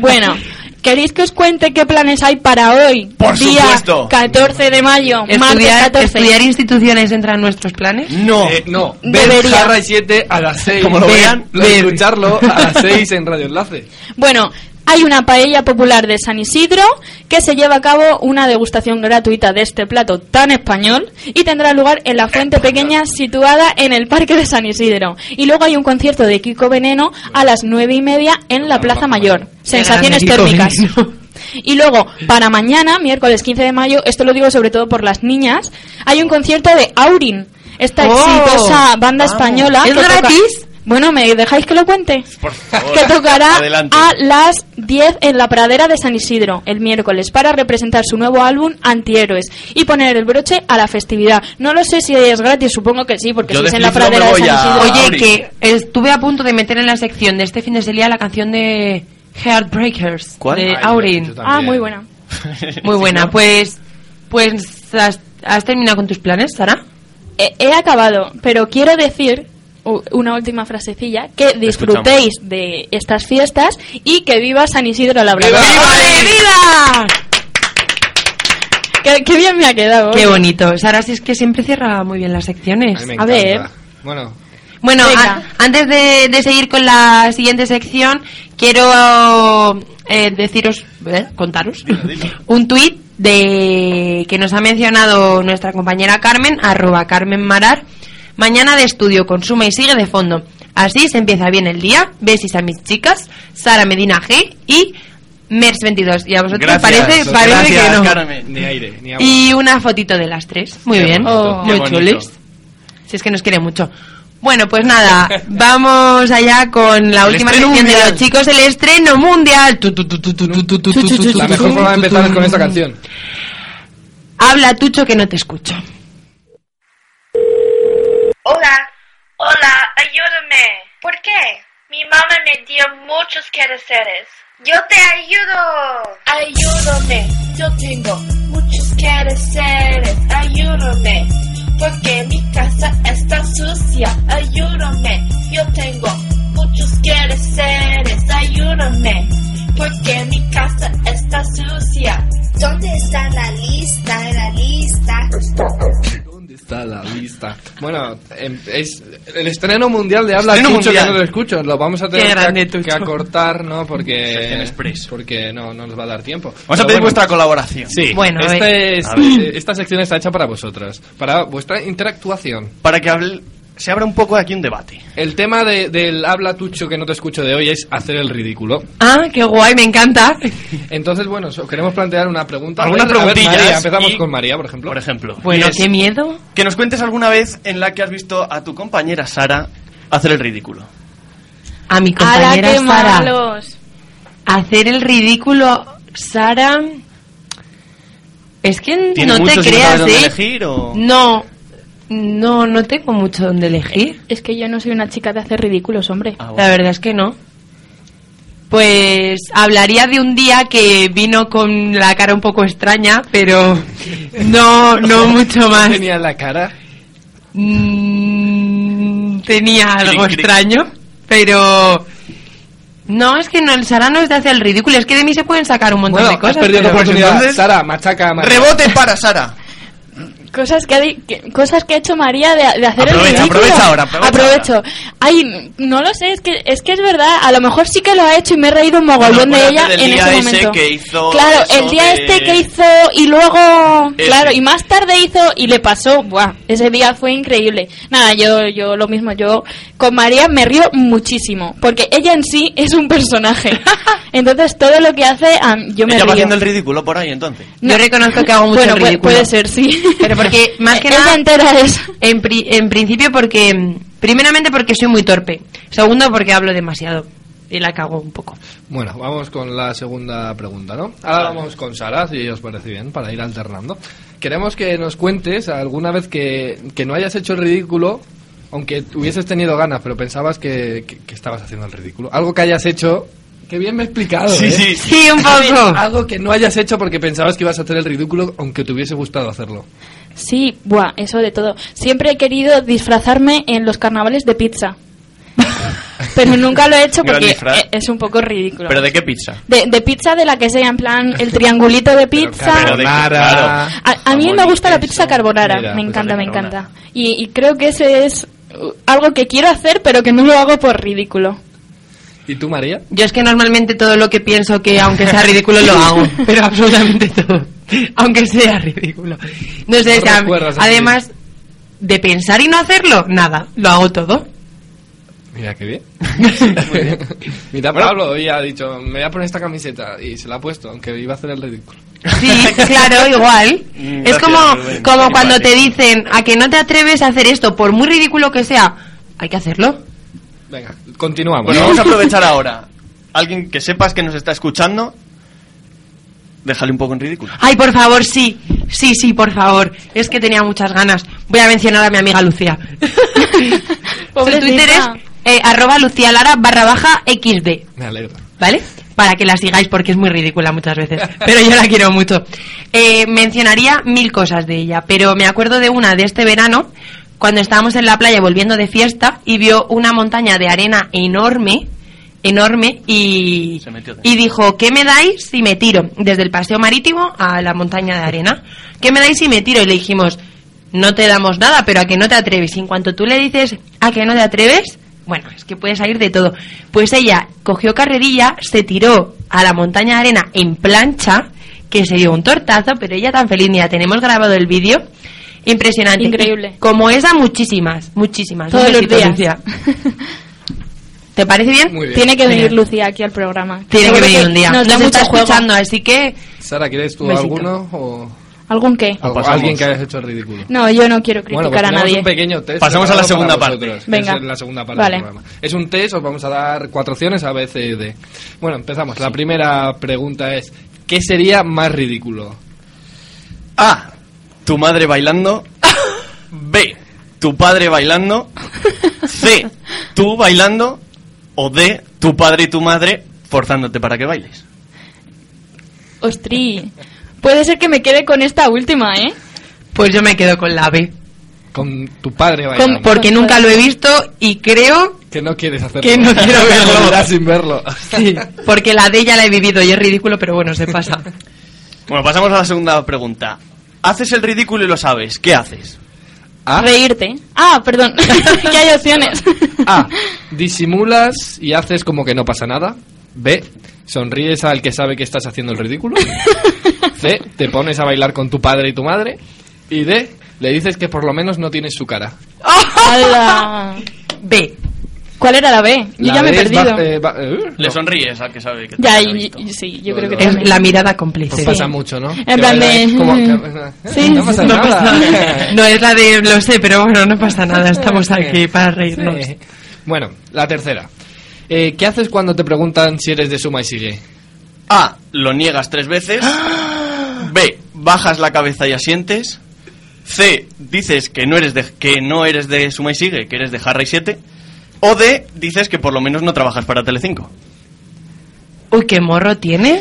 [SPEAKER 4] Bueno, ¿queréis que os cuente qué planes hay para hoy?
[SPEAKER 2] Por
[SPEAKER 4] Día
[SPEAKER 2] supuesto.
[SPEAKER 4] 14 de mayo, martes
[SPEAKER 1] ¿Estudiar,
[SPEAKER 4] 14.
[SPEAKER 1] ¿Estudiar instituciones entra en nuestros planes?
[SPEAKER 2] No.
[SPEAKER 3] Eh,
[SPEAKER 2] <laughs>
[SPEAKER 3] no,
[SPEAKER 4] Debería.
[SPEAKER 3] Ben Jarra y 7 a las 6.
[SPEAKER 2] Como lo vean,
[SPEAKER 3] lo de escucharlo a las 6 en Radio Enlace.
[SPEAKER 4] Bueno, hay una paella popular de San Isidro que se lleva a cabo una degustación gratuita de este plato tan español y tendrá lugar en la Fuente Pequeña situada en el Parque de San Isidro. Y luego hay un concierto de Kiko Veneno a las nueve y media en la Plaza Mayor. Sensaciones
[SPEAKER 1] Qué grande,
[SPEAKER 4] térmicas.
[SPEAKER 1] Kiko Veneno.
[SPEAKER 4] Y luego, para mañana, miércoles 15 de mayo, esto lo digo sobre todo por las niñas, hay un concierto de Aurin, esta
[SPEAKER 1] Oh,
[SPEAKER 4] exitosa banda española.
[SPEAKER 1] ¿Es
[SPEAKER 4] que toca-
[SPEAKER 1] gratis?
[SPEAKER 4] Bueno, ¿me dejáis que lo cuente?
[SPEAKER 2] Por favor.
[SPEAKER 4] que tocará
[SPEAKER 2] Adelante.
[SPEAKER 4] a las 10 en la pradera de San Isidro el miércoles para representar su nuevo álbum Antihéroes y poner el broche a la festividad. No lo sé si es gratis, supongo que sí, porque
[SPEAKER 2] Yo
[SPEAKER 4] si
[SPEAKER 2] de
[SPEAKER 4] es en la
[SPEAKER 2] Flip Flop
[SPEAKER 4] pradera
[SPEAKER 2] me
[SPEAKER 4] de
[SPEAKER 2] voy
[SPEAKER 4] San
[SPEAKER 2] a-
[SPEAKER 4] Isidro.
[SPEAKER 1] Oye,
[SPEAKER 2] Auri.
[SPEAKER 1] que estuve a punto de meter en la sección de este fin de semana la canción de Heartbreakers
[SPEAKER 2] ¿Cuál?
[SPEAKER 1] de
[SPEAKER 2] Ay,
[SPEAKER 1] Aurin.
[SPEAKER 3] yo
[SPEAKER 4] ah,
[SPEAKER 3] también.
[SPEAKER 4] muy buena.
[SPEAKER 2] <laughs>
[SPEAKER 1] Muy buena. Pues, pues has, has terminado con tus planes, Sara?
[SPEAKER 4] He, he acabado, pero quiero decir u- una última frasecilla que
[SPEAKER 2] escuchamos.
[SPEAKER 4] disfrutéis de estas fiestas y que viva San Isidro Labrador.
[SPEAKER 1] ¡Viva!
[SPEAKER 4] <laughs> ¡Qué, qué bien me ha quedado!
[SPEAKER 1] Qué
[SPEAKER 4] oye.
[SPEAKER 1] bonito. Sara, si es que siempre cierra muy bien las secciones.
[SPEAKER 3] mí me
[SPEAKER 4] A ver.
[SPEAKER 3] encanta. Bueno,
[SPEAKER 1] Bueno,
[SPEAKER 4] Venga.
[SPEAKER 1] a- antes de, de seguir con la siguiente sección, quiero eh, deciros, ¿eh? contaros, un tuit de que nos ha mencionado nuestra compañera Carmen, arroba Carmen Marar. Mañana de estudio, consume y sigue de fondo. Así se empieza bien el día. Besis a mis chicas, Sara Medina G y Mers22. Y a vosotros parece, parece que no.
[SPEAKER 3] Ni aire, ni agua.
[SPEAKER 1] Y una fotito de las tres. Muy
[SPEAKER 3] Qué
[SPEAKER 1] bien.
[SPEAKER 3] bonito.
[SPEAKER 1] Muy
[SPEAKER 3] Qué bonito.
[SPEAKER 1] chulis. Si es que nos quiere mucho. Bueno, pues
[SPEAKER 3] <laughs>
[SPEAKER 1] nada, vamos allá con la
[SPEAKER 3] El
[SPEAKER 1] última
[SPEAKER 3] estreno
[SPEAKER 1] sección de
[SPEAKER 3] mundial.
[SPEAKER 1] los chicos, el estreno mundial. Tu, tu, tu, tu, tu, tu, tu, tu, tu, tu,
[SPEAKER 3] La
[SPEAKER 1] tu,
[SPEAKER 3] mejor
[SPEAKER 1] tu,
[SPEAKER 3] forma de
[SPEAKER 1] tu,
[SPEAKER 3] empezar
[SPEAKER 1] tu.
[SPEAKER 3] es con esta canción.
[SPEAKER 1] Habla Tucho que no te escucho.
[SPEAKER 11] Hola. Hola, ayúdame. ¿Por qué? Mi mamá me dio muchos quehaceres. Yo te ayudo. Ayúdame. Yo tengo muchos quehaceres. Ayúdame. Porque mi casa está sucia. Ayúdame. Yo tengo muchos quehaceres. Ayúdame. Porque mi casa está sucia. ¿Dónde está la lista? La lista.
[SPEAKER 3] Está la lista. Bueno, em- es el estreno mundial de Habla
[SPEAKER 2] Estreno
[SPEAKER 3] Tucho,
[SPEAKER 2] mundial.
[SPEAKER 3] que no lo escucho. Lo vamos a
[SPEAKER 2] Qué
[SPEAKER 3] tener
[SPEAKER 2] grande,
[SPEAKER 3] que,
[SPEAKER 2] Tucho.
[SPEAKER 3] que acortar, ¿no?
[SPEAKER 2] <laughs> Sección
[SPEAKER 3] Porque,
[SPEAKER 2] express.
[SPEAKER 3] porque no, no nos va a dar tiempo.
[SPEAKER 2] Vamos a pedir vuestra colaboración.
[SPEAKER 3] Sí,
[SPEAKER 1] Bueno, a ver.
[SPEAKER 3] este es-
[SPEAKER 2] A ver.
[SPEAKER 3] esta sección está hecha para vosotros, para vuestra interactuación.
[SPEAKER 2] Para que hable- se abra un poco aquí un debate.
[SPEAKER 3] El tema de- del habla tucho que no te escucho de hoy es hacer el ridículo.
[SPEAKER 1] Ah, qué guay, me
[SPEAKER 3] <laughs>
[SPEAKER 1] encanta.
[SPEAKER 3] Entonces, bueno, so- queremos plantear una pregunta.
[SPEAKER 2] Algunas
[SPEAKER 3] A ver,
[SPEAKER 2] preguntillas
[SPEAKER 3] María, empezamos
[SPEAKER 2] y-
[SPEAKER 3] con María, por ejemplo.
[SPEAKER 2] Por ejemplo.
[SPEAKER 1] Bueno,
[SPEAKER 2] Y es
[SPEAKER 1] qué miedo.
[SPEAKER 2] Que nos cuentes alguna vez en la que has visto a tu compañera Sara hacer el ridículo.
[SPEAKER 1] A mi
[SPEAKER 4] ¡Hala,
[SPEAKER 1] compañera
[SPEAKER 4] qué
[SPEAKER 1] Sara.
[SPEAKER 4] malos!
[SPEAKER 1] Hacer el ridículo, Sara. Es que
[SPEAKER 2] ¿Tiene
[SPEAKER 1] no te
[SPEAKER 2] muchos y no
[SPEAKER 1] creas,
[SPEAKER 2] sabes dónde
[SPEAKER 1] ¿eh?
[SPEAKER 2] elegir o...?
[SPEAKER 1] No, no, no tengo mucho donde elegir.
[SPEAKER 4] Es que yo no soy una chica de hacer ridículos, hombre.
[SPEAKER 2] Ah, bueno.
[SPEAKER 1] La verdad es que no. Pues hablaría de un día que vino con la cara un poco extraña, pero no,
[SPEAKER 3] <laughs>
[SPEAKER 1] no mucho más.
[SPEAKER 3] Tenía la cara.
[SPEAKER 1] Mm, tenía algo
[SPEAKER 2] Cric, cric.
[SPEAKER 1] extraño, pero no es que no el Sara no es de hacer el ridículo, es que de mí se pueden sacar un montón
[SPEAKER 3] Bueno,
[SPEAKER 1] de cosas.
[SPEAKER 3] has perdido la
[SPEAKER 1] pero-
[SPEAKER 3] oportunidad.
[SPEAKER 2] entonces-
[SPEAKER 3] Sara, machaca a María.
[SPEAKER 2] ¡Rebote para Sara!
[SPEAKER 4] Cosas que, ha di- que- cosas que ha hecho María de, de hacer
[SPEAKER 2] Aprovecha,
[SPEAKER 4] el ridículo.
[SPEAKER 2] aprovecha ahora, aprovecha
[SPEAKER 4] Aprovecho. Ay, no lo sé, es que, es que es verdad. A lo mejor sí que lo ha hecho y me he reído un mogollón
[SPEAKER 2] Bueno,
[SPEAKER 4] de ella
[SPEAKER 2] acuérdate del
[SPEAKER 4] en
[SPEAKER 2] día
[SPEAKER 4] ese
[SPEAKER 2] ese
[SPEAKER 4] momento.
[SPEAKER 2] que hizo
[SPEAKER 4] claro,
[SPEAKER 2] eso
[SPEAKER 4] el día
[SPEAKER 2] de-
[SPEAKER 4] este que hizo y luego...
[SPEAKER 2] Ese.
[SPEAKER 4] Claro, y más tarde hizo y le pasó. Buah, ese día fue increíble. Nada, yo, yo lo mismo, yo con María me río muchísimo. Porque ella en sí es un personaje.
[SPEAKER 2] <laughs>
[SPEAKER 4] Entonces todo lo que hace, ah, yo me
[SPEAKER 2] Ella va
[SPEAKER 4] río.
[SPEAKER 2] haciendo el ridículo por ahí, entonces.
[SPEAKER 1] Yo reconozco que hago mucho
[SPEAKER 4] bueno, puede-
[SPEAKER 1] ridículo.
[SPEAKER 4] puede ser, <laughs> sí.
[SPEAKER 1] Pero porque, más que
[SPEAKER 4] Ella
[SPEAKER 1] nada-
[SPEAKER 4] entera es...
[SPEAKER 1] En, pri- en principio porque... mm, Primeramente porque soy muy torpe. Segundo porque hablo demasiado. Y la cago un poco.
[SPEAKER 3] Bueno, vamos con la segunda pregunta, ¿no? Ahora vamos con Sara, si os parece bien, para ir alternando. Queremos que nos cuentes alguna vez que, que no hayas hecho el ridículo, aunque hubieses tenido ganas, pero pensabas que, que- que estabas haciendo el ridículo. Algo que hayas hecho... Qué bien me he explicado, ¿eh?
[SPEAKER 1] Sí,
[SPEAKER 3] <laughs>
[SPEAKER 1] un poco.
[SPEAKER 3] Algo que no hayas hecho porque pensabas que ibas a hacer el ridículo, aunque te hubiese gustado hacerlo.
[SPEAKER 4] Sí, buah, eso de todo. Siempre he querido disfrazarme en los carnavales de <laughs> pizza. Pero nunca lo he hecho
[SPEAKER 2] Gran
[SPEAKER 4] porque
[SPEAKER 2] disfraz.
[SPEAKER 4] e- es un poco ridículo.
[SPEAKER 2] ¿Pero de qué pizza?
[SPEAKER 4] de, de pizza de la que sea, en plan, el triangulito de
[SPEAKER 1] Ah.
[SPEAKER 4] pizza.
[SPEAKER 2] <laughs> Pero de- claro.
[SPEAKER 4] A, a mí
[SPEAKER 2] Jamón
[SPEAKER 4] me
[SPEAKER 2] y
[SPEAKER 4] gusta la
[SPEAKER 2] queso.
[SPEAKER 4] pizza carbonara,
[SPEAKER 3] Mira,
[SPEAKER 4] me
[SPEAKER 3] pues
[SPEAKER 4] encanta, me
[SPEAKER 2] dale corona.
[SPEAKER 4] encanta. Y, y creo que ese es uh, algo que quiero hacer, pero que no lo hago por <laughs> ridículo.
[SPEAKER 3] ¿Y tú, María?
[SPEAKER 1] Yo es que normalmente todo lo que pienso que, aunque sea ridículo, lo hago. <laughs> Pero absolutamente todo. Aunque sea ridículo. No sé,
[SPEAKER 3] No
[SPEAKER 1] o sea,
[SPEAKER 3] recuerdas así.
[SPEAKER 1] además de pensar y no hacerlo, nada. Lo hago todo.
[SPEAKER 3] Mira, <laughs> qué bien. Mira, Pablo hoy ha dicho, me voy a poner esta camiseta. Y se la ha puesto, aunque iba a hacer el ridículo.
[SPEAKER 1] Sí, <laughs> claro, igual.
[SPEAKER 2] Mm,
[SPEAKER 1] es
[SPEAKER 2] gracias,
[SPEAKER 1] como,
[SPEAKER 2] Rubén.
[SPEAKER 1] como
[SPEAKER 2] Qué
[SPEAKER 1] cuando te
[SPEAKER 2] simpático.
[SPEAKER 1] dicen a que no te atreves a hacer esto, por muy ridículo que sea, hay que hacerlo.
[SPEAKER 3] Venga, continuamos.
[SPEAKER 2] Bueno, vamos a aprovechar ahora. Alguien que sepas que nos está escuchando, déjale un poco en ridículo.
[SPEAKER 1] Ay, por favor, sí, sí, sí, por favor. Es que tenía muchas ganas. Voy a mencionar a mi amiga Lucía. <laughs> Su
[SPEAKER 4] Pobrecita.
[SPEAKER 1] Twitter es eh, arroba lucialara barra baja xd.
[SPEAKER 3] <laughs> Me alegro.
[SPEAKER 1] ¿Vale? Para que la sigáis porque es muy ridícula muchas veces. Pero yo la quiero mucho. Eh, mencionaría mil cosas de ella, pero me acuerdo de una de este verano, cuando estábamos en la playa volviendo de fiesta y vio una montaña de arena enorme, enorme, y,
[SPEAKER 2] Se metió dentro.
[SPEAKER 1] y dijo, ¿qué me dais si me tiro? Desde el paseo marítimo a la montaña de arena. ¿Qué me dais si me tiro? Y le dijimos, no te damos nada, pero a que no te atreves. Y en cuanto tú le dices a que no te atreves, bueno, es que puede salir de todo. Pues ella cogió carrerilla, se tiró a la montaña de arena en plancha, que se dio un tortazo, pero ella tan feliz, mira, tenemos grabado el vídeo. Impresionante.
[SPEAKER 4] Increíble.
[SPEAKER 1] Y como esa, muchísimas, muchísimas. Un
[SPEAKER 4] Todos los
[SPEAKER 1] besito,
[SPEAKER 4] <laughs> días.
[SPEAKER 1] Lucía. ¿Te parece bien?
[SPEAKER 4] Tiene que venir
[SPEAKER 1] Genial.
[SPEAKER 4] Lucía aquí al programa.
[SPEAKER 1] Tiene que
[SPEAKER 4] Seguro
[SPEAKER 1] venir un día.
[SPEAKER 4] Nos da mucho
[SPEAKER 1] está
[SPEAKER 4] juego.
[SPEAKER 1] escuchando, así que
[SPEAKER 3] Sara, ¿quieres tú
[SPEAKER 4] Besito.
[SPEAKER 3] alguno o
[SPEAKER 4] ¿Algún qué?
[SPEAKER 1] Ah.
[SPEAKER 3] o
[SPEAKER 2] pasamos.
[SPEAKER 3] alguien que hayas hecho el ridículo?
[SPEAKER 4] No, yo no quiero criticar
[SPEAKER 3] Bueno, pues
[SPEAKER 4] a
[SPEAKER 3] tenemos
[SPEAKER 4] nadie.
[SPEAKER 3] un pequeño test.
[SPEAKER 2] Pasamos a la
[SPEAKER 3] preparado
[SPEAKER 2] segunda
[SPEAKER 3] para
[SPEAKER 2] parte.
[SPEAKER 3] vosotros, que
[SPEAKER 4] Venga.
[SPEAKER 3] Es la segunda parte
[SPEAKER 4] Vale.
[SPEAKER 3] del programa. Es un test, os vamos a dar cuatro opciones A, B, C, D. Bueno, empezamos. La primera pregunta es, ¿qué sería más ridículo?
[SPEAKER 2] A. Tu madre bailando. B. Tu padre bailando. C. Tú bailando. O D. Tu padre y tu madre forzándote para que bailes.
[SPEAKER 4] Ostri. Puede ser que me quede con esta última, ¿eh?
[SPEAKER 1] pues yo me quedo con la B.
[SPEAKER 3] Con tu padre bailando.
[SPEAKER 1] Porque nunca lo he visto y creo
[SPEAKER 3] Que no quieres hacerlo.
[SPEAKER 1] que no
[SPEAKER 3] <laughs>
[SPEAKER 1] quiero verlo.
[SPEAKER 3] Morirás sin verlo. <laughs>
[SPEAKER 1] Sí, porque la de ella la he vivido y es ridículo, pero bueno, se pasa.
[SPEAKER 2] Bueno, pasamos a la segunda pregunta. Haces el ridículo y lo sabes. ¿Qué haces?
[SPEAKER 1] Ah.
[SPEAKER 3] A.
[SPEAKER 4] Reírte. Ah,
[SPEAKER 1] <laughs>
[SPEAKER 4] perdón. <laughs> que hay opciones.
[SPEAKER 3] <laughs>
[SPEAKER 1] Ah.
[SPEAKER 3] A. Disimulas y haces como que no pasa nada. B. Sonríes al que sabe que estás haciendo el ridículo. C. Te pones a bailar con tu padre y tu madre. Y D. Le dices que por lo menos no tienes su cara.
[SPEAKER 4] Ala.
[SPEAKER 1] B.
[SPEAKER 4] ¿Cuál era la B? Yo
[SPEAKER 3] La
[SPEAKER 4] ya me he
[SPEAKER 3] D es
[SPEAKER 4] perdido.
[SPEAKER 3] ba- eh, ba- eh,
[SPEAKER 2] Le
[SPEAKER 3] no.
[SPEAKER 2] sonríes al que sabe que te
[SPEAKER 4] Ya,
[SPEAKER 2] ha
[SPEAKER 4] y-
[SPEAKER 2] visto.
[SPEAKER 4] y- sí, yo creo que
[SPEAKER 3] Bueno,
[SPEAKER 1] Es
[SPEAKER 4] también.
[SPEAKER 1] la mirada cómplice.
[SPEAKER 3] Pues pasa mucho, ¿no?
[SPEAKER 4] En plan de-
[SPEAKER 3] Es como que-
[SPEAKER 4] <laughs> Sí,
[SPEAKER 3] no pasa
[SPEAKER 1] <laughs>
[SPEAKER 4] sí,
[SPEAKER 1] No,
[SPEAKER 3] nada.
[SPEAKER 1] pasa
[SPEAKER 3] <laughs>
[SPEAKER 1] nada. No, es la de lo sé, pero bueno, no pasa nada. Estamos aquí para reírnos.
[SPEAKER 3] Sí. Bueno, la tercera. Eh, ¿Qué haces cuando te preguntan si eres de suma y sigue?
[SPEAKER 2] A. Lo niegas tres veces. B. Bajas la cabeza y asientes. C. Dices que no eres de, que no eres de Suma y Sigue, que eres de Harry 7. O D. Dices que por lo menos no trabajas para Telecinco.
[SPEAKER 1] Uy, qué morro tiene.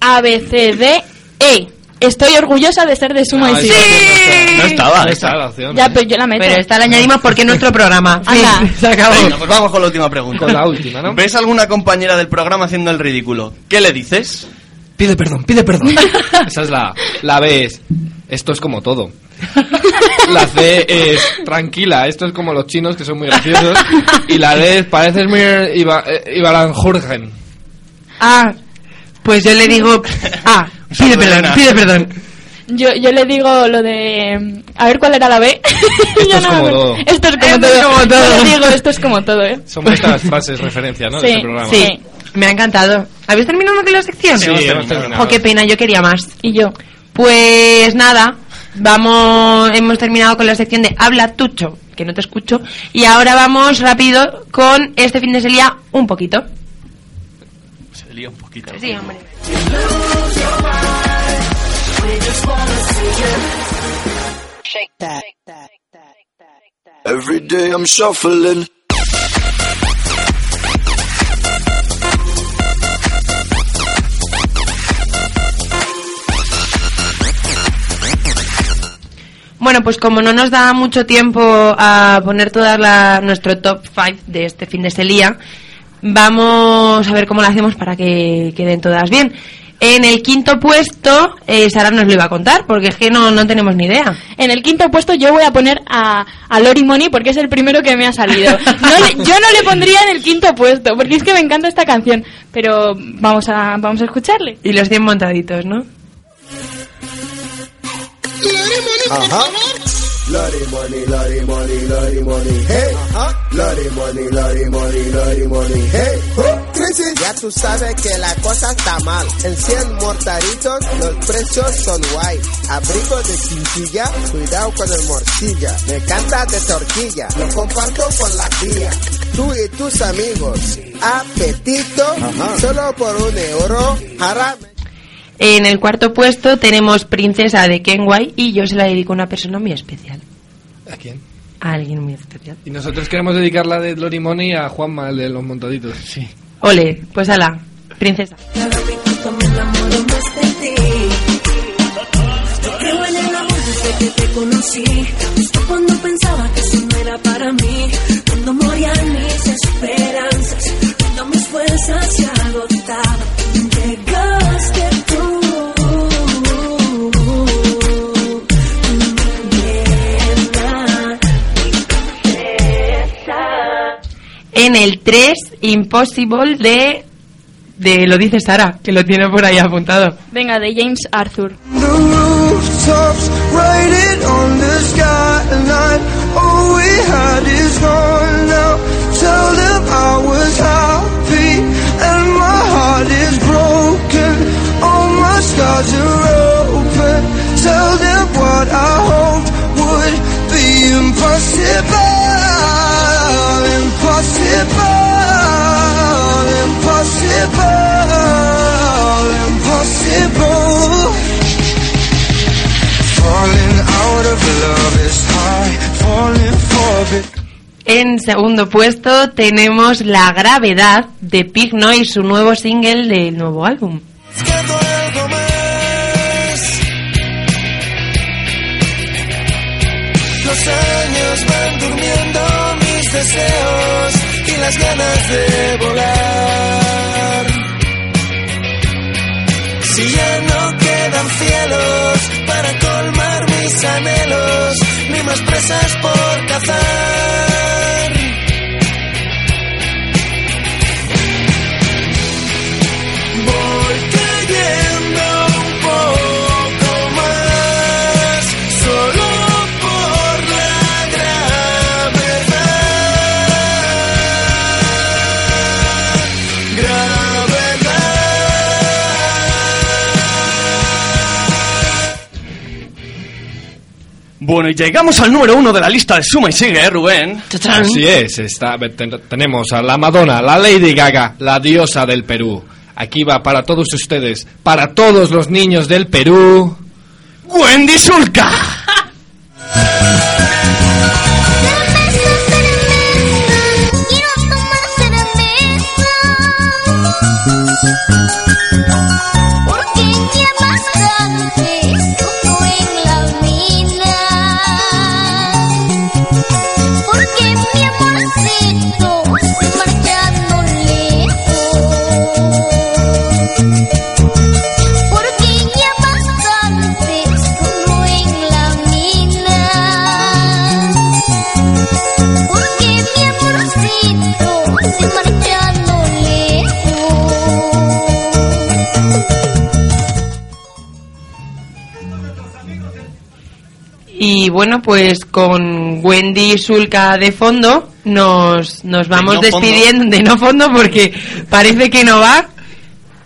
[SPEAKER 4] A, B, C, D, E. Estoy orgullosa de ser de suma
[SPEAKER 3] No,
[SPEAKER 4] y
[SPEAKER 3] esa
[SPEAKER 4] sigue.
[SPEAKER 3] opción
[SPEAKER 2] No estaba,
[SPEAKER 3] No
[SPEAKER 2] esta.
[SPEAKER 3] está la opción.
[SPEAKER 4] <laughs> Ya, pero yo la meto.
[SPEAKER 1] Pero esta la añadimos porque es nuestro programa. Fin,
[SPEAKER 4] Anda.
[SPEAKER 1] se acabó.
[SPEAKER 2] Venga, pues vamos con la última pregunta.
[SPEAKER 3] Con la última, ¿no?
[SPEAKER 2] ¿Ves alguna compañera del programa haciendo el ridículo? ¿Qué le dices?
[SPEAKER 3] Pide perdón, pide perdón. <laughs> Esa es la, la B es, esto es como todo. La C es, tranquila, esto es como los chinos que son muy graciosos. Y la D es, pareces muy Iba- eh, Ibaranjurgen.
[SPEAKER 1] Ah, pues yo le digo.
[SPEAKER 3] <laughs>
[SPEAKER 1] Ah, pide
[SPEAKER 2] saludo,
[SPEAKER 1] perdón,
[SPEAKER 2] Elena.
[SPEAKER 1] pide perdón.
[SPEAKER 4] Yo, yo le digo lo de. mm, A ver cuál era la B. <laughs>
[SPEAKER 3] Esto
[SPEAKER 4] Yo
[SPEAKER 3] es
[SPEAKER 4] no
[SPEAKER 3] como
[SPEAKER 4] me acuerdo.
[SPEAKER 3] todo.
[SPEAKER 4] Esto es como
[SPEAKER 1] Esto
[SPEAKER 4] todo.
[SPEAKER 1] es como todo.
[SPEAKER 4] Yo le digo, esto es como todo, ¿eh?
[SPEAKER 3] <laughs> Son estas frases referencia, ¿no? de
[SPEAKER 4] Sí,
[SPEAKER 3] este programa.
[SPEAKER 4] sí.
[SPEAKER 1] Sí, me ha encantado. ¿Habéis terminado con la sección?
[SPEAKER 3] Sí,
[SPEAKER 2] hemos
[SPEAKER 3] hemos
[SPEAKER 2] terminado.
[SPEAKER 3] terminado.
[SPEAKER 1] Jo, qué pena, yo quería más.
[SPEAKER 4] Y yo.
[SPEAKER 1] Pues nada, vamos, hemos terminado con la sección de Habla Tucho, que no te escucho, y ahora vamos rápido con este fin de semana un poquito.
[SPEAKER 2] Se lía un poquito.
[SPEAKER 1] Sí, hombre.
[SPEAKER 7] Every day I'm shuffling.
[SPEAKER 1] Bueno, pues como no nos da mucho tiempo a poner toda la, nuestro top 5 de este fin de semana, vamos a ver cómo lo hacemos para que queden todas bien. En el quinto puesto, eh, Sara nos lo iba a contar, porque es que no, no tenemos ni idea.
[SPEAKER 4] En el quinto puesto yo voy a poner a, a Lori Money porque es el primero que me
[SPEAKER 1] <laughs>
[SPEAKER 4] ha salido. No le- yo no le pondría en el quinto puesto porque es que me encanta esta canción. Pero vamos a, vamos a escucharle.
[SPEAKER 1] Y los 100 montaditos, ¿no?
[SPEAKER 8] Ajá. Lottie money, lottie money, lottie money, hey. Lottie money, lottie money, lottie money, hey. Ya tú sabes que la cosa está mal. En 100 mortaritos los precios son guay. Abrigo de cintilla, cuidado con el morcilla. Me canta de tortilla, lo comparto con la tía. Tú y tus amigos, apetito, solo por un euro, jarabe.
[SPEAKER 1] En el cuarto puesto tenemos Princesa de Kenway y yo se la dedico a una persona muy especial.
[SPEAKER 3] ¿A quién?
[SPEAKER 1] A alguien muy especial.
[SPEAKER 3] Y nosotros queremos dedicar la de Lori Money a Juanma, el de los montaditos. Sí.
[SPEAKER 1] Ole, pues ala, princesa.
[SPEAKER 9] Te huele el amor desde que te conocí. Justo cuando pensaba que eso no era para mí. Cuando morían mis esperanzas. Cuando mis fuerzas se agotaban. Llegaste tú. Nena,
[SPEAKER 1] En el 3, Impossible de... de lo dice Sara, que lo tiene por ahí apuntado.
[SPEAKER 4] Venga, de James Arthur.
[SPEAKER 8] The rooftops waited on the skyline. All we had is gone now. Tell them I stars are open. Tell them what I hoped would be impossible. Impossible. Impossible. Impossible. Falling out of love is hard. Falling for a bit.
[SPEAKER 1] En segundo puesto tenemos La Gravedad de Pigno y su nuevo single del nuevo álbum.
[SPEAKER 8] Los años van durmiendo mis deseos y las ganas de volar. Si ya no quedan cielos para colmar mis anhelos, ni más presas por cazar. Voy cayendo un poco más, solo por la gravedad, gravedad.
[SPEAKER 2] Bueno, y llegamos al número uno de la lista de Suma y Sigue, ¿eh, Rubén?
[SPEAKER 3] Así es, está, ten- tenemos a la Madonna, la Lady Gaga, la diosa del Perú. Aquí va para todos ustedes, para todos los niños del Perú.
[SPEAKER 2] ¡Wendy Sulca!
[SPEAKER 5] Quiero tomar cerveza Porque ya bastante estuvo en la vida Porque mi amorcito marchando lejos Porque ya bastante estuvo en la mina porque mi amorcito se marcha no
[SPEAKER 1] Y bueno, pues con Wendy Sulca de fondo nos, nos vamos
[SPEAKER 2] no fondo.
[SPEAKER 1] despidiendo de no fondo porque parece que no va.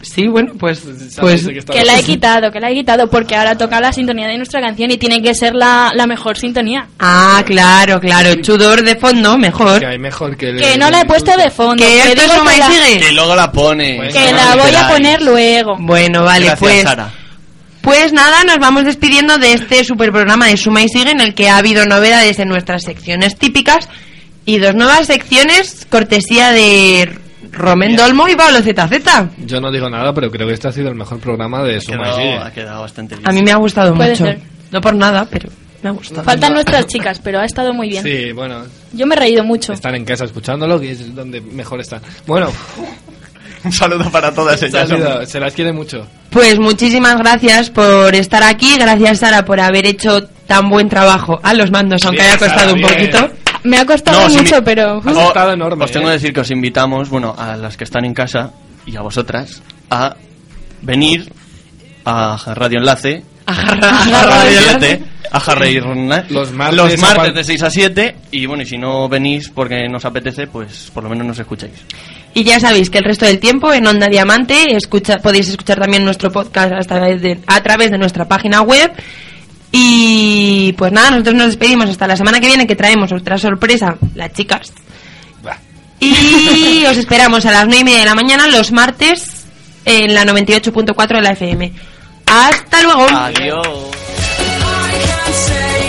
[SPEAKER 1] Sí, bueno, pues... pues
[SPEAKER 4] Que la he quitado, que la he quitado, porque ahora toca la sintonía de nuestra canción y tiene que ser la, la mejor sintonía.
[SPEAKER 1] Ah, claro, claro. Chudor de fondo, mejor.
[SPEAKER 3] Que hay mejor que... el-
[SPEAKER 4] Que no la he puesto de fondo.
[SPEAKER 1] Que
[SPEAKER 4] que
[SPEAKER 1] esto
[SPEAKER 4] digo
[SPEAKER 1] es Suma
[SPEAKER 4] que
[SPEAKER 1] y
[SPEAKER 4] la-
[SPEAKER 1] Sigue.
[SPEAKER 2] Que luego la pone.
[SPEAKER 4] Que la voy a poner luego.
[SPEAKER 1] Bueno, vale,
[SPEAKER 2] Gracias,
[SPEAKER 1] pues...
[SPEAKER 2] Sara.
[SPEAKER 1] Pues nada, nos vamos despidiendo de este super programa de Suma y Sigue en el que ha habido novedades en nuestras secciones típicas y dos nuevas secciones cortesía de Romén Dolmo y Pablo ZZ.
[SPEAKER 3] Yo no digo nada, pero creo que este ha sido el mejor programa de
[SPEAKER 2] Ha
[SPEAKER 3] Suma y
[SPEAKER 2] quedado,
[SPEAKER 3] Sigue.
[SPEAKER 2] ha quedado bastante bien.
[SPEAKER 1] A mí me ha gustado
[SPEAKER 4] Puede
[SPEAKER 1] mucho.
[SPEAKER 4] ser.
[SPEAKER 1] No por nada, pero me ha gustado.
[SPEAKER 4] Faltan nuestras chicas, pero ha estado muy bien.
[SPEAKER 3] Sí, bueno,
[SPEAKER 4] Yo me he reído mucho.
[SPEAKER 3] están en casa escuchándolo, que es donde mejor están. Bueno,
[SPEAKER 2] Un saludo para todas ellas. hombre.
[SPEAKER 3] saludo, se las quiere mucho.
[SPEAKER 1] Pues muchísimas gracias por estar aquí. Gracias, Sara, por haber hecho tan buen trabajo a los mandos, aunque
[SPEAKER 3] Bien,
[SPEAKER 1] haya costado
[SPEAKER 3] Sara,
[SPEAKER 1] un
[SPEAKER 3] bien.
[SPEAKER 1] poquito.
[SPEAKER 4] Me ha costado
[SPEAKER 2] No, si
[SPEAKER 4] mucho,
[SPEAKER 2] mi-
[SPEAKER 4] pero...
[SPEAKER 3] Ha
[SPEAKER 2] O-
[SPEAKER 3] estado enorme,
[SPEAKER 2] Os tengo
[SPEAKER 3] eh.
[SPEAKER 2] que decir que os invitamos, bueno, a las que están en casa y a vosotras, a venir a Radio Enlace.
[SPEAKER 1] Agarra,
[SPEAKER 2] A
[SPEAKER 1] agarra,
[SPEAKER 2] Radio
[SPEAKER 1] agarra.
[SPEAKER 2] Enlace. A Jarrey Runa-
[SPEAKER 3] Los martes
[SPEAKER 2] los
[SPEAKER 3] a par-
[SPEAKER 2] martes de 6 a 7 y bueno, y si no venís porque nos apetece, pues por lo menos nos escucháis.
[SPEAKER 1] Y ya sabéis que el resto del tiempo en Onda Diamante escucha, podéis escuchar también nuestro podcast a través, de, a través de nuestra página web. Y pues nada, nosotros nos despedimos hasta la semana que viene que traemos otra sorpresa, las chicas. Y os esperamos a las 9 y media de la mañana los martes en la 98.4 de la FM. Hasta luego.
[SPEAKER 2] Adiós.
[SPEAKER 8] I can't say